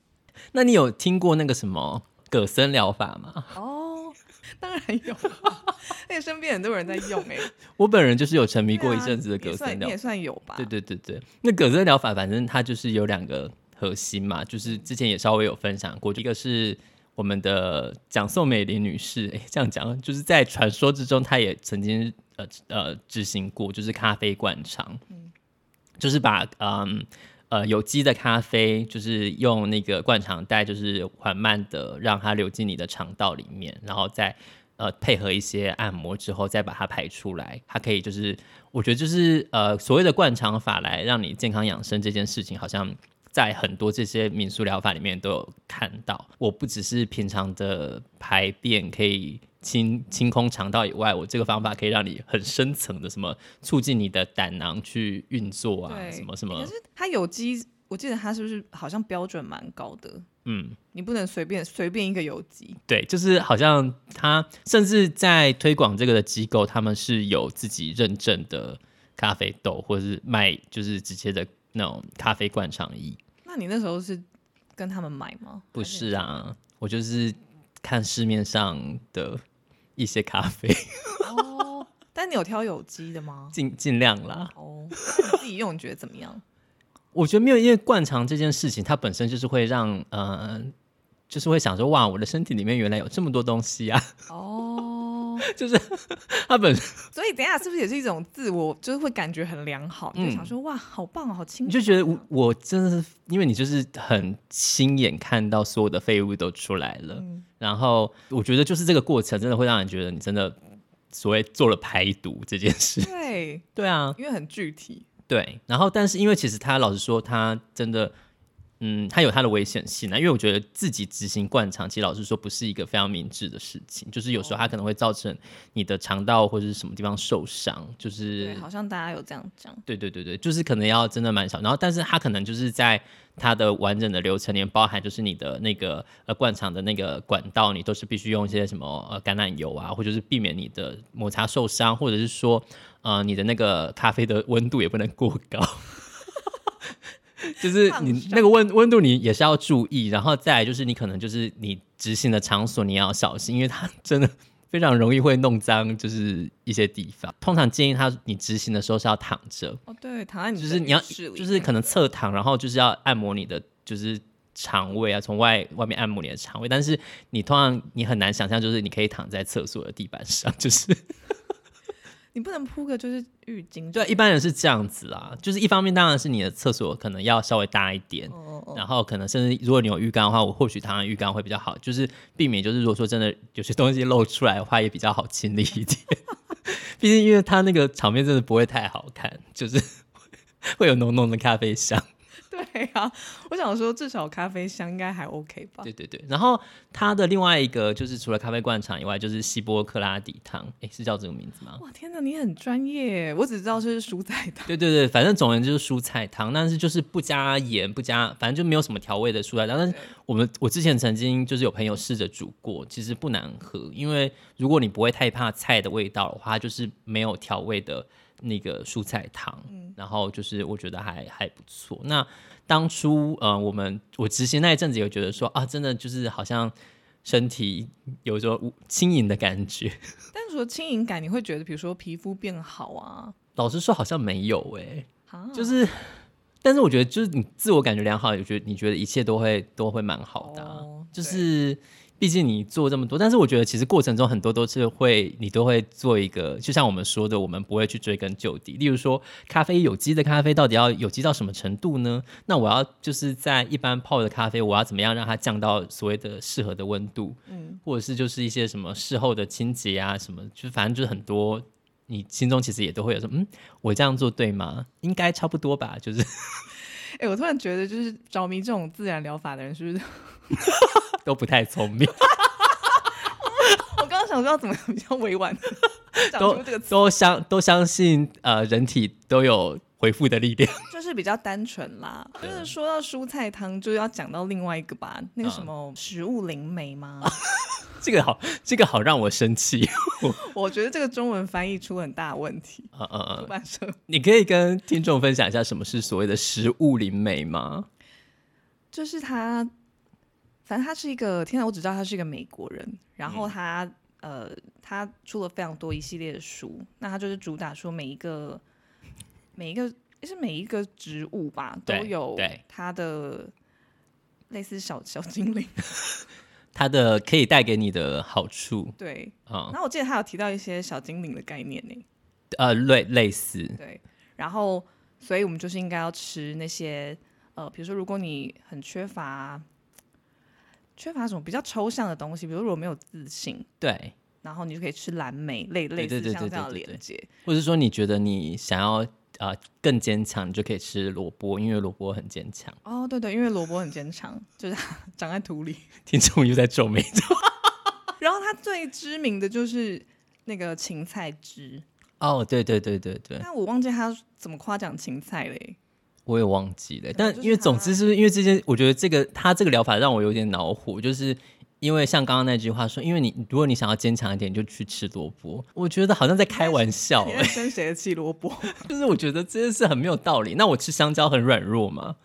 那你有听过那个什么葛森疗法吗？
哦，当然有啊， *laughs* 而且身边很多人在用哎、
我本人就是有沉 *laughs* 迷
你
过一阵子的葛森
算你
疗
也算有吧？
对对对对，那葛森疗法反正它就是有两个核心嘛，就是之前也稍微有分享过，一个是我们的蒋宋美龄女士，诶，这样讲就是在传说之中，她也曾经呃呃执行过，就是咖啡灌肠，就是把嗯。呃，有机的咖啡就是用那个灌肠袋，就是缓慢的让它流进你的肠道里面，然后再呃配合一些按摩之后再把它排出来，它可以就是我觉得就是呃所谓的灌肠法来让你健康养生这件事情，好像在很多这些民俗疗法里面都有看到。我不只是平常的排便可以。清清空肠道以外，我这个方法可以让你很深层的什么促进你的胆囊去运作啊，
对
什么什
可
么
是，它有机，我记得它是不是好像标准蛮高的？
嗯，
你不能随便随便一个有机，
对，就是好像他甚至在推广这个的机构，他们是有自己认证的咖啡豆，或者是卖就是直接的那种咖啡灌肠液。
那你那时候是跟他们买吗？
不是啊，我就是看市面上的一些咖啡， *laughs*
哦，但你有挑有机的吗？
尽尽量啦。
哦，那你自己用你觉得怎么
*laughs*
样？
我觉得没有，因为灌肠这件事情，它本身就是会让呃。就是会想说，哇，我的身体里面原来有这么多东西啊！ *laughs*
哦，
就是它本
*laughs* 所以等一下是不是也是一种自我，就是会感觉很良好，你就
嗯
想说哇，好棒哦，好清爽哦，
你就觉得我我真的是，因为你就是很亲眼看到所有的废物都出来了，然后我觉得就是这个过程真的会让人觉得你真的所谓做了排毒这件事。 *laughs*
对，
对啊，
因为很具体，
对。然后但是因为其实他老实说，他真的。嗯，它有它的危险性啊，因为我觉得自己执行灌肠，其实老实说不是一个非常明智的事情，就是有时候它可能会造成你的肠道或者是什么地方受伤，就是
对，好像大家有这样讲，
对对对对，就是可能要真的蛮少，然后但是它可能就是在它的完整的流程里面，包含就是你的那个呃灌肠的那个管道，你都是必须用一些什么呃橄榄油啊，或者是避免你的摩擦受伤，或者是说呃你的那个咖啡的温度也不能过高。 *laughs* 就是
烫
你
伤
那个温温度，你也是要注意，然后再来就是你可能就是你执行的场所你也要小心，因为它真的非常容易会弄脏，就是一些地方。通常建议他你执行的时候是要躺着，
哦，对，躺在你
就是
的
你要
浴室里
就是可能侧躺，然后就是要按摩你的就是肠胃啊，从外外面按摩你的肠胃。但是你通常你很难想象，就是你可以躺在厕所的地板上， *laughs* 就是
你不能铺个就是浴巾，
对，啊一般人是这样子啦。就是一方面当然是你的厕所可能要稍微大一点，
哦，哦哦，
然后可能甚至如果你有浴缸的话，我或许躺在浴缸会比较好，就是避免就是如果说真的有些东西露出来的话，也比较好清理一点。 *laughs* 毕竟因为它那个场面真的不会太好看，就是 *laughs* 会有浓浓的咖啡香。
对啊，我想说至少咖啡香应该还 OK 吧，
对对对，然后它的另外一个就是除了咖啡灌肠以外，就是希波克拉底汤，诶，是叫这个名字吗？
哇，天哪，你很专业，我只知道是蔬菜汤， *laughs*
对对对，反正总而言之就是蔬菜汤，但是就是不加盐，不加，反正就没有什么调味的蔬菜汤。但是我们我之前曾经就是有朋友试着煮过，其实不难喝，因为如果你不会太怕菜的味道的话，它就是没有调味的那个蔬菜汤。然后就是我觉得还还不错。那当初呃，我们我执行那一阵子有觉得说啊，真的就是好像身体有一种轻盈的感觉。
但除了轻盈感，你会觉得比如说皮肤变好啊，
老实说，好像没有诶、
啊，
就是，但是我觉得，就是你自我感觉良好，也觉得你觉得一切都会都会蛮好的啊、
哦
就
对
是毕竟你做这么多，但是我觉得其实过程中很多都是会你都会做一个，就像我们说的，我们不会去追根究底。例如说，咖啡有机的咖啡到底要有机到什么程度呢？那我要就是在一般泡的咖啡，我要怎么样让它降到所谓的适合的温度？嗯，或者是就是一些什么事后的清洁啊，什么，就是反正就是很多。你心中其实也都会有说，嗯，我这样做对吗？应该差不多吧，就是 *laughs*
哎、我突然觉得就是着迷这种自然疗法的人，是 *laughs* 不是？
都不太聪明，
我刚刚想说要怎么比较委 *laughs* 婉地讲
都
出 *laughs* 这个词，
都相都相信呃，人体都有回复的力量。 *laughs*
就是比较单纯啦。就
对
是说到蔬菜汤，就要讲到另外一个吧，那个什
嗯
么食物灵媒吗？ *laughs*
这个好，这个好让我生气。 *laughs*
我觉得这个中文翻译出很大问题。
呃呃，
出
呃
版社
你可以跟听众分享一下什么是所谓的食物灵媒吗？
就是他，反正他是一个，天哪，我只知道他是一个美国人，然
嗯
后他、呃，他出了非常多一系列的书，那他就是主打说每一个每一个是每一个植物吧都
对
有
对
它的类似小小精灵，
它的可以带给你的好处
对。
啊、
然后我记得他有提到一些小精灵的概念呢，
呃，类类似，
对，然后所以我们就是应该要吃那些呃，比如说如果你很缺乏缺乏什么比较抽象的东西，比如说如果没有自信，
对，
然后你就可以吃蓝莓，类类
对
似
对
像
对
这样的
对对
连接。
或者说你觉得你想要呃更坚强，你就可以吃萝卜，因为萝卜很坚强。 *laughs*
哦，对对，因为萝卜很坚强，就是 *laughs* 它长在土里。
听众又在皱眉头。
然后它最知名的就是那个芹菜汁，
哦，对对对对对，
但我忘记它怎么夸奖芹菜嘞。
我也忘记了。
就
但
是
因为
它
总之是不是因为这件，我觉得这个他这个疗法让我有点恼火，就是。因为像刚刚那句话说，因为你如果你想要坚强一点，你就去吃萝卜。我觉得好像在开玩笑、
你
欸
在生谁的气萝卜？ *laughs*
就是我觉得这件事很没有道理。那我吃香蕉很软弱吗？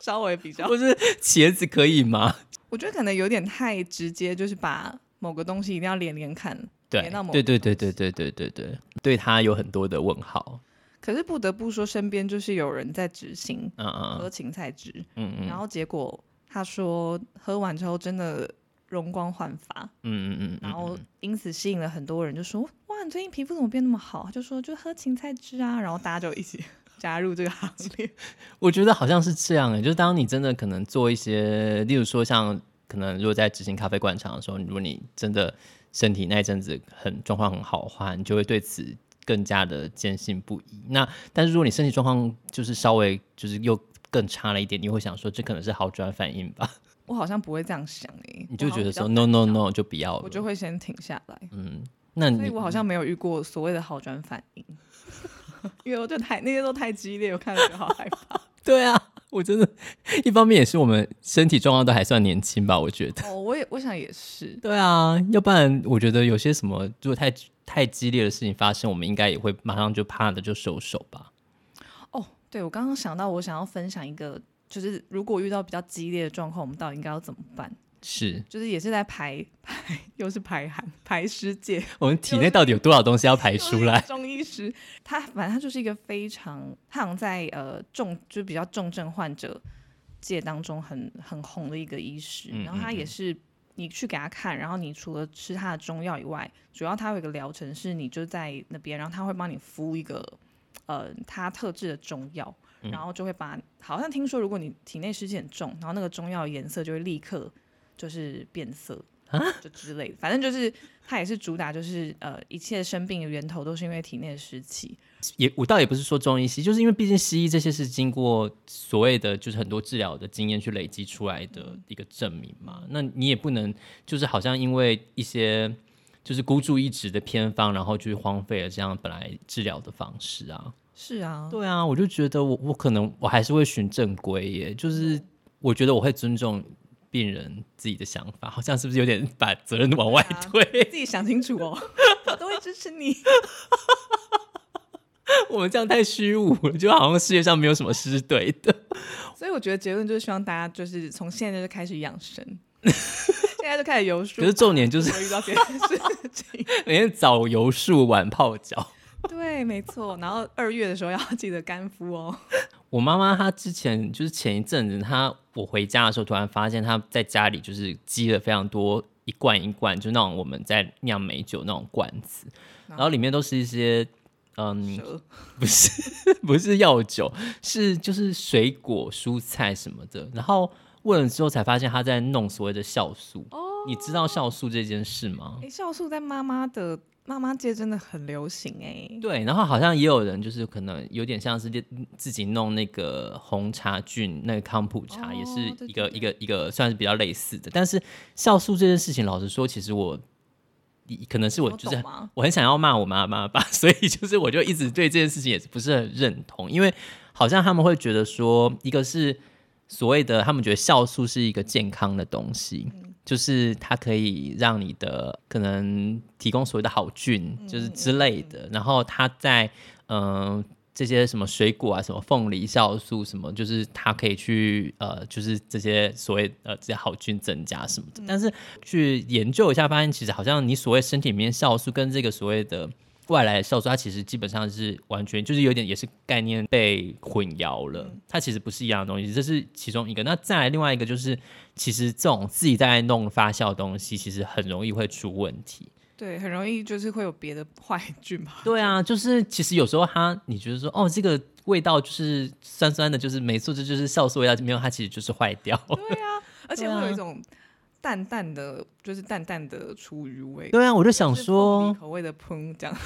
稍微比较， *laughs*
或是茄子可以吗？
我觉得可能有点太直接，就是把某个东西一定要连连看。
对
连到，某
对对
个
对对对对对对，对他有很多的问号。
可是不得不说，身边就是有人在执行
嗯嗯
喝芹菜汁，
嗯嗯
然后结果他说喝完之后真的容光焕发，
嗯嗯嗯，
然后因此吸引了很多人，就说哇，你最近皮肤怎么变那么好？他就说就喝芹菜汁啊，然后大家就一起 *laughs* 加入这个行列。
我觉得好像是这样诶，就是当你真的可能做一些，例如说像可能如果在执行咖啡灌肠的时候，如果你真的身体那一阵子很状况很好的话，你就会对此更加的坚信不疑。那但是如果你身体状况就是稍微就是又更差了一点，你会想说这可能是好转反应吧？
我好像不会这样想诶、
你就
我好
觉
像
得
比较
说 no no no 就不要
我就
了。
会先停下来，
嗯，那
所以
你
我好像没有遇过所谓的好转反应， *laughs* 因为我就太那些都太激烈，我看了觉得好
*laughs*
害怕。
对啊，我真的，一方面也是我们身体状况都还算年轻吧，我觉得。
哦，我也我想也是，
对啊，要不然我觉得有些什么，如果太太激烈的事情发生，我们应该也会马上就怕的就收手吧。
哦，对，我刚刚想到，我想要分享一个，就是如果遇到比较激烈的状况，我们到底应该要怎么办？
是
就是也是在排排，又是排寒排湿界，
我们体内到底有多少东西要排出来？
*laughs* 中医师，他反正他就是一个非常，他好像在呃重就是比较重症患者界当中很很红的一个医师，
嗯
然后他
嗯
也
嗯
是。你去给他看，然后你除了吃他的中药以外，主要他有一个疗程是你就在那边，然后他会帮你敷一个呃他特制的中药，
嗯
然后就会把好像听说如果你体内湿气很重，然后那个中药颜色就会立刻就是变色
啊
就之类的，反正就是它也是主打，就是呃，一切生病的源头都是因为体内的湿气。
也我倒也不是说中医西，就是因为毕竟西医这些是经过所谓的就是很多治疗的经验去累积出来的一个证明嘛。那你也不能就是好像因为一些就是孤注一掷的偏方，然后去荒废了这样本来治疗的方式啊。
是啊，
对啊，我就觉得我我可能我还是会循正规耶，就是我觉得我会尊重病人自己的想法，好像是不是有点把责任往外推？ *laughs*
自己想清楚哦，我 *laughs* 都会支持你。
我们这样太虚无了，就好像世界上没有什么是对的。
*laughs* 所以我觉得结论就是希望大家就是从现在就开始养 *laughs* 生，现在就开始游术
可，是重点就是 *laughs*
不会遇到这件事情。
每天早游术晚泡脚。
*laughs* 对，没错。然后二月的时候要记得干敷哦。
我妈妈她之前就是前一阵子，她我回家的时候，突然发现她在家里就是积了非常多一罐一罐，就那种我们在酿美酒那种罐子，然后里面都是一些嗯
蛇
不是不是药酒，是就是水果、蔬菜什么的。然后问了之后才发现他在弄所谓的酵素。
哦，
你知道酵素这件事吗？
哎，酵素在妈妈的妈妈界真的很流行哎。
对，然后好像也有人就是可能有点像是自己弄那个红茶菌，那个康普茶、
哦
也是
对
一个
对
一个一个算是比较类似的。但是酵素这件事情，老实说，其实我可能是我
你有
就是
懂吗
*laughs* 我很想要骂我妈妈吧，所以就是我就一直对这件事情也不是很认同，因为好像他们会觉得说，一个是所谓的他们觉得酵素是一个健康的东西，就是它可以让你的可能提供所谓的好菌，就是之类的，然后它在嗯、呃这些什么水果啊，什么凤梨酵素什么，就是它可以去呃，就是这些所谓呃这些好菌增加什么的。但是去研究一下，发现其实好像你所谓身体里面酵素跟这个所谓的外来的酵素，它其实基本上是完全就是有点也是概念被混淆了，它其实不是一样的东西，这是其中一个。那再来另外一个就是，其实这种自己在弄发酵的东西，其实很容易会出问题。
对，很容易就是会有别的坏菌吧。
对啊，就是其实有时候它，你觉得说哦，这个味道就是酸
*laughs*
酸的，就是没错，这就是酵素味道，没有它其实就是坏掉。
对啊，而且会有一种淡淡的，就是淡淡的厨余味，
对啊，我就想
就是凤
说
梨，口味的喷这样。 *laughs*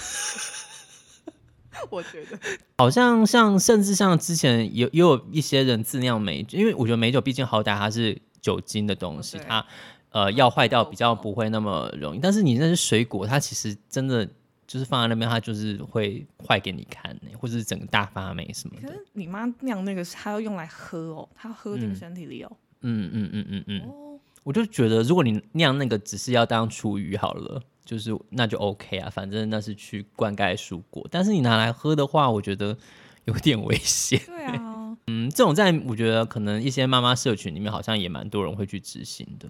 我觉得
好像像甚至像之前有也有一些人自酿美酒，因为我觉得美酒毕竟好歹它是酒精的东西，
哦对
它呃要坏掉
泡
比较
泡
不会那么容易。但是你那些水果，它其实真的就是放在那边，它就是会坏给你看、欸，或者是整个大发霉什么
可
的。
是你妈酿那个是她要用来喝哦，她要喝进
嗯
身体里哦。
嗯嗯嗯嗯嗯，
哦，
我就觉得如果你酿那个只是要当厨余好了。就是那就 OK 啊，反正那是去灌溉蔬果，但是你拿来喝的话，我觉得有点危险。
对 *laughs* 啊，
嗯，这种在我觉得可能一些妈妈社群里面，好像也蛮多人会去执行的。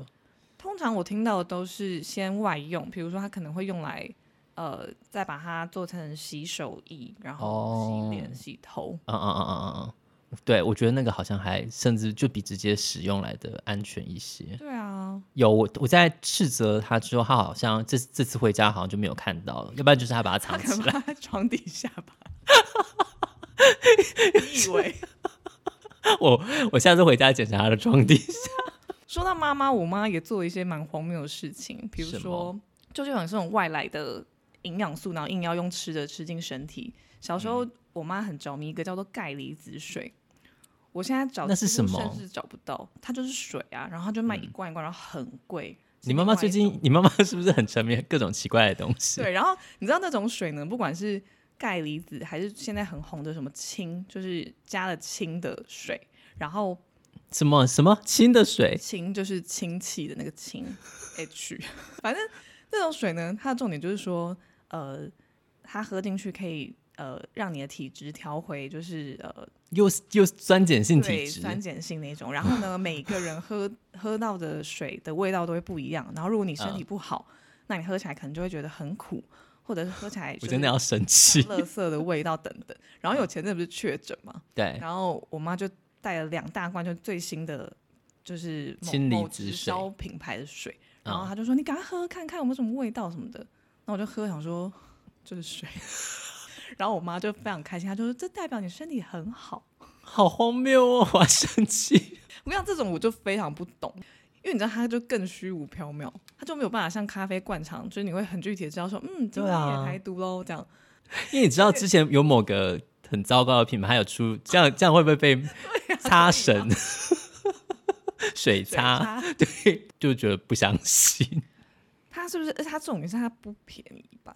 通常我听到的都是先外用，比如说它可能会用来，呃，再把它做成洗手液，然后洗脸、
哦
洗头。
嗯嗯嗯嗯嗯嗯，对，我觉得那个好像还甚至就比直接使用来的安全一些。
对啊，
有我我在斥责他之后，他好像这这次回家好像就没有看到了，要不然就是他把它藏
他可
起
能
来。
放在床底下
*laughs*
吧。你以为？
我我下次回家检查他的床底下。
说到妈妈，我妈也做了一些蛮荒谬的事情，比如
什
说，就是有这种外来的营养素，然后硬要用吃的吃进身体。小时候，
嗯
我妈很着迷一个叫做钙离子水，我现在找
那是
几乎
什么嗯
甚至找不到，它就是水啊，然后它就卖一罐一罐，然后很贵。
你妈妈
是
最
另外一种
近，你妈妈是不是很沉迷各种奇怪的东西？
对，然后你知道那种水呢，不管是钙离子还是现在很红的什么氢，就是加了氢的水，然后
什么什么清的水？
氢就是氢气的那个氢 H，反正那种水呢，它的重点就是说，呃，它喝进去可以呃让你的体质调回就是呃
又是又是酸碱性
对
体质？
酸碱性那种。然后呢，每个人喝喝到的水的味道都会不一样。然后如果你身体
嗯
不好，那你喝起来可能就会觉得很苦，或者是喝起来
我
就
真
是
的要生气。
垃圾的味道等等。然后有前阵不是确诊嘛，
对，
然后我妈就带了两大罐，就最新的，就是某
氢离
某
子
直
水
销品牌的水。
嗯
然后她就说：“你赶快喝看看有没有什么味道什么的。”那我就喝，想说这是水。 *laughs* 然后我妈就非常开心，她就说：“这代表你身体很好。
好荒谬哦！我要生气。”
我跟你讲，这种我就非常不懂，因为你知道，她就更虚无缥缈，她就没有办法像咖啡灌肠，就是你会很具体的知道说，嗯，今
对
天
啊
也排毒喽，这样。
因为你知道之前有某个很糟糕的品牌，还有出这样这样会不会被 *laughs* 擦
*laughs*
神、水
水
擦？
差
对，就觉得不相
*laughs*
信。
它是不是？而且它重点是它不便宜吧？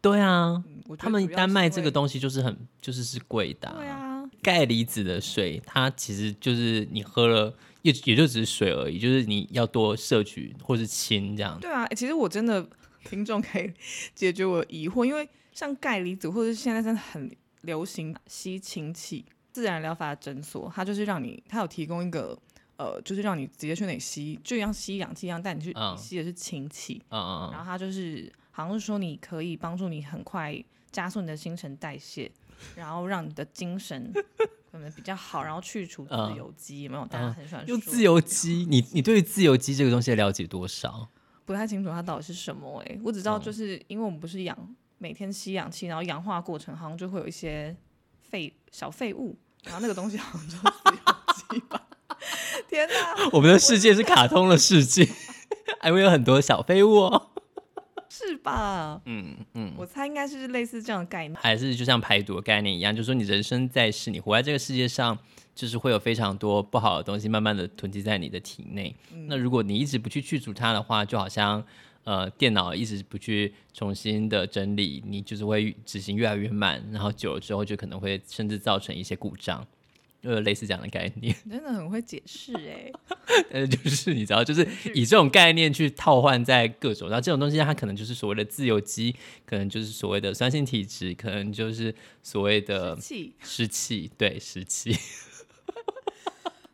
对啊，
嗯，我觉得
他们
主要
单
是
卖
因
这
为
个东西就是很就是是贵的、
对。啊，
钙离子的水，它其实就是你喝了也也就只是水而已，就是你要多摄取或是氢这样。
对啊、欸其实我真的听众可以解决我的疑惑，因为像钙离子或者是现在真的很流行吸氢气，自然疗法的诊所，它就是让你，它有提供一个呃，就是让你直接去那里吸，就像吸氧气一样，但你去、
嗯
你吸的是氢气，
嗯嗯嗯，
然后它就是好像是说你可以帮助你很快加速你的新陈代谢，然后让你的精神 *laughs* 可能比较好，然后去除自
嗯
由基，有没有？大家很喜欢
又
说
自由基，你你对于自由基这个东西的了解多少？ *laughs*
不太清楚它到底是什么哎、我只
哦
知道就是因为我们不是氧，每天吸氧气，然后氧化过程好像就会有一些废小废物，然后那个东西好像就是自由基吧。天哪，
我们的世界是卡通的世界， *laughs* 还会有很多小废物哦。
是吧？
嗯嗯，
我猜应该是类似这样的概念。
还是就像排毒的概念一样，就是说你人生在世，你活在这个世界上，就是会有非常多不好的东西，慢慢的囤积在你的体内。那如果你一直不去去除它的话，就好像呃电脑一直不去重新的整理，你就是会执行越来越慢，然后久了之后就可能会甚至造成一些故障。呃，类似这样的概念，
你真的很会解释
*laughs*
哎、
呃，就是你知道，就是以这种概念去套换在各种，然后这种东西它可能就是所谓的自由基，可能就是所谓的酸性体质，可能就是所谓的
欸，气、
湿气，对湿气，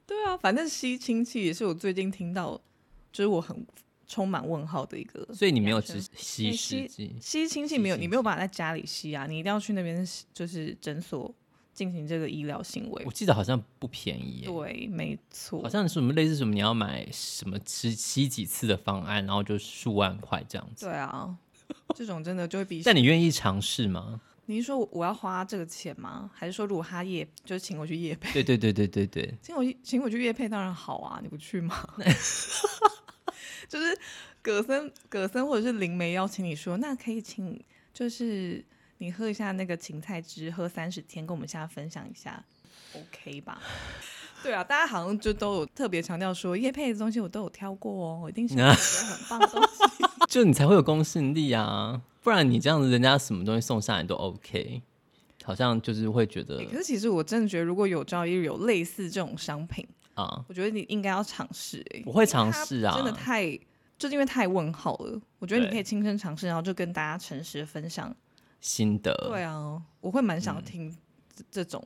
对啊，反正吸氢气也是我最近听到，就是我很充满问号的一个。
*laughs* 所以你没有
养生
吃吸
哎
湿
吸
气，
吸氢气
吸
没有，
氢
你没有办法在家里吸啊，你一定要去那边就是诊所进行这个医疗行为
我。记得好像不便宜耶，
对，没错
好。像是什么类似什么你要买什么吃吸几次的方案，然后就数万块这样子。
对
*laughs*
啊，这种真的就会比。
但你愿意尝试吗？
你是说我我要花这个钱吗？还是说如果他夜就是请我去夜配，
*laughs* 对对对对对对，
请我去请我去夜配当然好啊，你不去吗？ *laughs* 就是葛森葛森或者是灵媒邀请你说，那可以请就是你喝一下那个芹菜汁，喝三十天，跟我们现在分享一下，OK 吧？ *laughs* 对啊，大家好像就都有特别强调说，叶配的东西我都有挑过哦，我一
*laughs*
定是觉得很棒的东西。
就你才会有公信力啊，不然你这样子，人家什么东西送上来都 OK，好像就是会觉得
欸可是其实我真的觉得，如果有朝一日有类似这种商品，
啊，
我觉得你应该要尝试、欸。
我会
因为
尝
它
试啊，
真的太就是因为太问号了。我觉得你
对
可以亲身尝试，然后就跟大家诚实地分享。
心得，
对啊，我会蛮想听这这种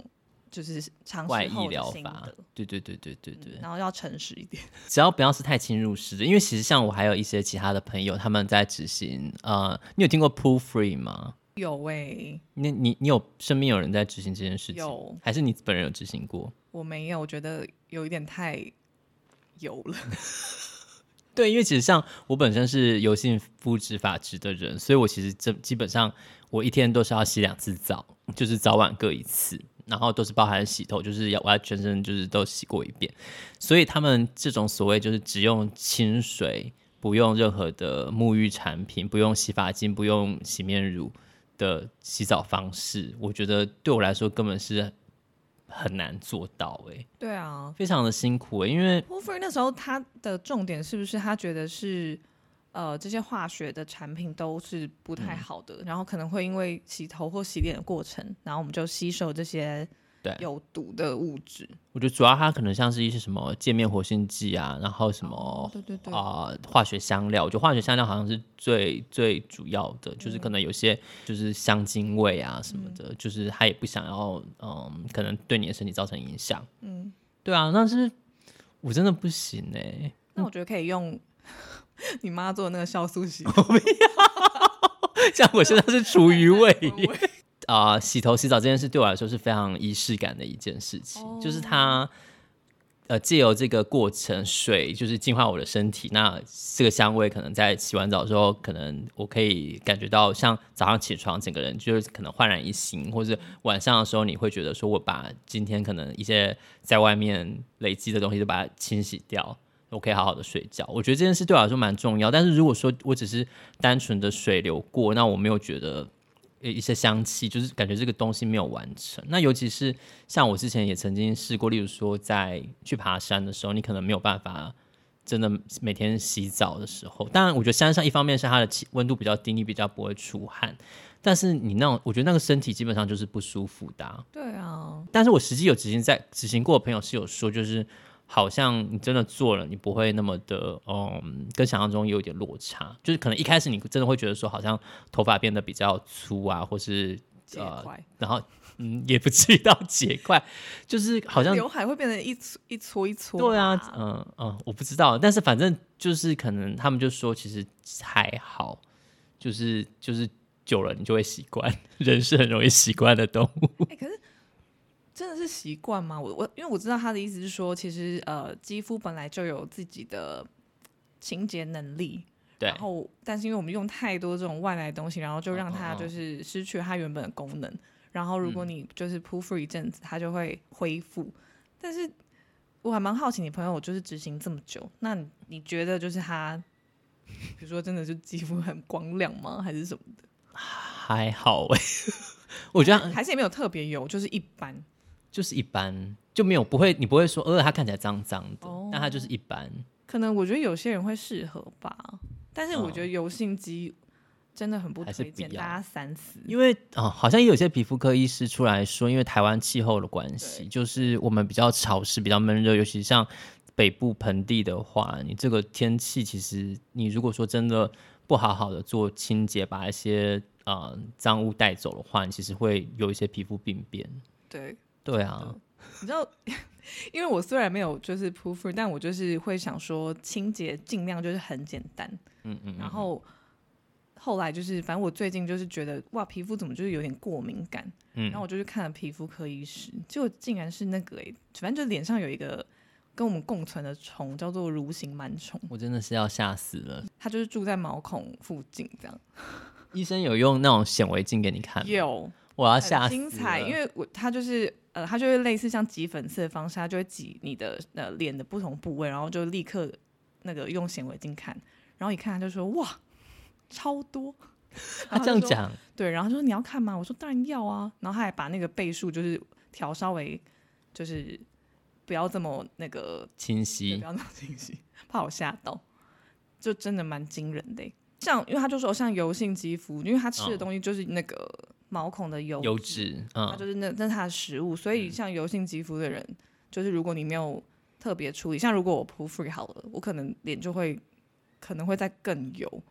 就是尝
嗯外
试
溢
后的
疗
心
法
得，，
对对对对对对，
然后要诚实一点。 *laughs*
只要不要是太侵入式的，因为其实像我还有一些其他的朋友，他们在执行，呃，你有听过 pull free 吗？
有哎、
你你你有身边有人在执行这件事情？
有，
还是你本人有执行过？
我没有，我觉得有一点太油了。 *laughs*
对，因为其实像我本身是油性肤质发质的人，所以我其实这基本上我一天都是要洗两次澡，就是早晚各一次，然后都是包含洗头，就是要我要全身就是都洗过一遍。所以他们这种所谓就是只用清水，不用任何的沐浴产品，不用洗发精，不用洗面乳的洗澡方式，我觉得对我来说根本是很难做到、欸，
对啊，
非常的辛苦、欸，因为
p u f f e r 那时候他的重点是不是他觉得是呃这些化学的产品都是不
嗯
太好的，然后可能会因为洗头或洗脸的过程，然后我们就吸收这些
对
有毒的物质。
我觉得主要它可能像是一些什么界面活性剂啊，然后什么
对对对，
啊、呃化学香料，我觉得化学香料好像是最最主要的，就是可能有些就是香精味啊什么的，就是他也不想要嗯，可能对你的身体造成影响。嗯，对啊，但是我真的不行哎、
那我觉得可以用 *laughs* 你妈做的那个酵素洗
*laughs*
头，
哦像 *laughs* 我现在是厨余味
味
啊、洗头洗澡这件事对我来说是非常仪式感的一件事情，就是它呃借由这个过程，水就是净化我的身体，那这个香味可能在洗完澡之后，可能我可以感觉到，像早上起床整个人就是可能焕然一新，或是晚上的时候你会觉得说我把今天可能一些在外面累积的东西都把它清洗掉。我可以好好的睡觉，我觉得这件事对我来说蛮重要。但是如果说我只是单纯的水流过，那我没有觉得呃一些香气，就是感觉这个东西没有完成。那尤其是像我之前也曾经试过，例如说在去爬山的时候，你可能没有办法真的每天洗澡的时候。当然，我觉得山上一方面是它的气温度比较低，你比较不会出汗，但是你那种我觉得那个身体基本上就是不舒服的啊、
对
*laughs*
啊，
但是我实际有执行在执行过的朋友是有说，就是好像你真的做了，你不会那么的，嗯，跟想象中有点落差。就是可能一开始你真的会觉得说，好像头发变得比较粗啊，或是呃
结块，
然后嗯，也不至于到结块，就是好像
刘海会变成一撮一撮一撮吧。
对啊，嗯嗯，我不知道，但是反正就是可能他们就说其实还好，就是就是久了你就会习惯，人是很容易习惯的动物。
哎、可是真的是习惯吗？我我因为我知道他的意思是说，其实呃，肌肤本来就有自己的清洁能力，
对
然后但是因为我们用太多这种外来的东西，然后就让它
嗯嗯嗯嗯
就是失去它原本的功能。然后如果你就是 p u f r 一阵子，它就会恢复。但是我还蛮好奇，你朋友就是执行这么久，那你你觉得就是他，比如说真的是肌肤很光亮吗？还是什么的？
还好 *laughs* 哎、我觉得
还是也没有特别油，就是一般。
就是一般，就没有不会，你不会说，呃，它看起来脏脏的，
哦
但它就是一般。
可能我觉得有些人会适合吧，但是我觉得油性肌真的很不
嗯还是
推荐，
不要
大家三思。
因为啊、好像也有些皮肤科医师出来说，因为台湾气候的关系，就是我们比较潮湿、比较闷热，尤其像北部盆地的话，你这个天气其实你如果说真的不好好的做清洁，把一些呃脏污带走的话，你其实会有一些皮肤病变。
对，
对啊，
你知道， *laughs* 因为我虽然没有就是 p r o f r 但我就是会想说清洁尽量就是很简单，
嗯嗯，
然后后来就是，反正我最近就是觉得哇，皮肤怎么就是有点过敏感，
嗯
然后我就去看了皮肤科医师，结果竟然是那个、欸，反正就脸上有一个跟我们共存的虫，叫做蠕形螨虫，
我真的是要吓死了。
它就是住在毛孔附近这样，
医生有用那种显微镜给你看吗，
有。
我要啊吓
很
死
精彩，
了
因为我它就是呃，它就会类似像挤粉刺的方式，它就会挤你的呃脸的不同部位，然后就立刻那个用显微镜看，然后一看他就说哇，超
*laughs*
多。
他啊这样
然后就说
讲，
对，然后他说你要看吗？我说当然要啊。然后他还把那个倍数就是调稍微就是不要这么那个，
清
对
晰
不，要那么清晰，怕我吓到，就真的蛮惊人的欸。像因为他就说像油性肌肤，因为他吃的
嗯
东西就是那个毛孔的油
优质，
它
嗯，
就是那那是它的食物，所以像油性肌肤的人，就是如果你没有特别处理，像如果我铺 free 好了，我可能脸就会可能会再更油，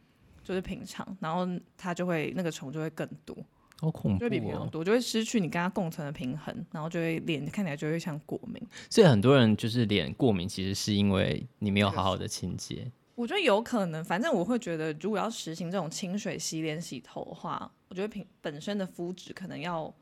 就是平常，然后它就会那个虫就会更多，
好恐
就会比平
怖
常
哦。
多，就会失去你跟它共存的平衡，然后就会脸看起来就会像过敏。
所以很多人就是脸过敏，其实是因为你没有好好的清洁。
我觉得有可能，反正我会觉得，如果要实行这种清水洗脸洗头的话，我觉得平本身的肤质可能要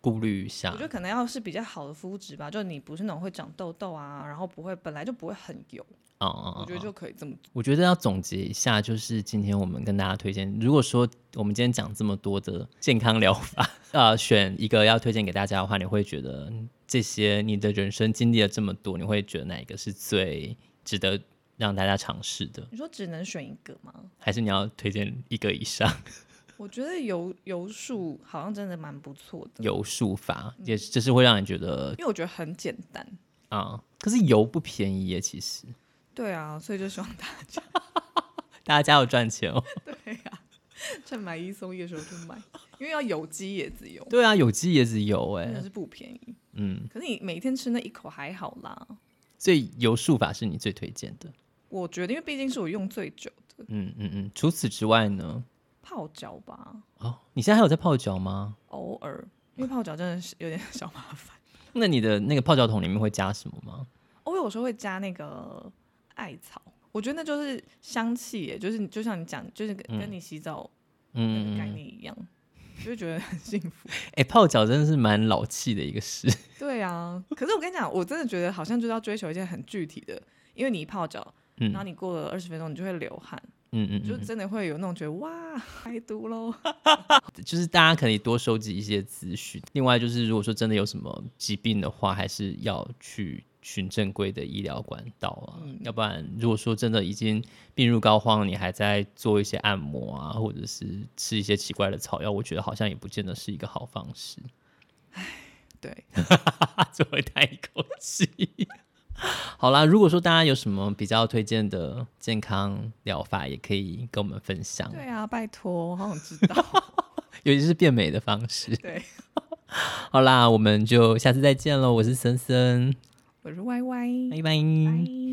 顾虑一
我
下
觉，得可能要是比较好的肤质吧，就你不是那种会长痘痘啊，然后不会本来就不会很油，
嗯嗯，
我
嗯
觉得就可以这么做。
我觉得要总结一下，就是今天我们跟大家推荐，如果说我们今天讲这么多的健康疗法， *laughs* 呃，选一个要推荐给大家的话，你会觉得这些你的人生经历了这么多，你会觉得哪一个是最值得让大家尝试的？
你说只能选一个吗？
还是你要推荐一个以上？
嗯我觉得油油术好像真的蛮不错的，
油术法也是，这是会让你觉得
因为我觉得很简单。
啊、可是油不便宜耶，其实
对啊，所以就希望大家
大家要赚钱哦。
*laughs* 对啊，趁买一送一的时候就买，因为要有机椰子油，
对啊，有机椰子油
真
哎
的，是不便宜。
嗯，
可是你每天吃那一口还好啦，
所以油术法是你最推荐的。
我觉得，因为毕竟是我用最久的
嗯嗯嗯，除此之外呢？
泡脚吧，
哦，你现在还有在泡脚吗？
偶尔因为泡脚真的是有点 *laughs* 小麻烦。
那你的那个泡脚桶里面会加什么吗？
我有时候会加那个艾草，我觉得那就是香气耶，就是就像你讲，就是跟跟你洗澡那个
嗯，
概念一样，就会觉得很幸福。
哎、泡脚真的是蛮老气的一个事。
对啊，可是我跟你讲，我真的觉得好像就是要追求一些很具体的，因为你一泡脚，
嗯
然后你过了二十分钟，你就会流汗，
嗯嗯，
就
嗯
真的会有那种觉得哇，开毒喽。
就是大家可以多收集一些资讯。另外就是，如果说真的有什么疾病的话，还是要去寻正规的医疗管道啊。要不然，如果说真的已经病入膏肓，你还在做一些按摩啊，或者是吃一些奇怪的草药，我觉得好像也不见得是一个好方式。 *laughs* 啊
对，
最后叹一口气。 *laughs* 好啦，如果说大家有什么比较推荐的健康疗法，也可以跟我们分享，
对啊，拜托，好想知道。 *laughs*
尤其是变美的方式。
对，
好啦，我们就下次再见喽！我是森森，
我是 Y Y，
拜拜
拜。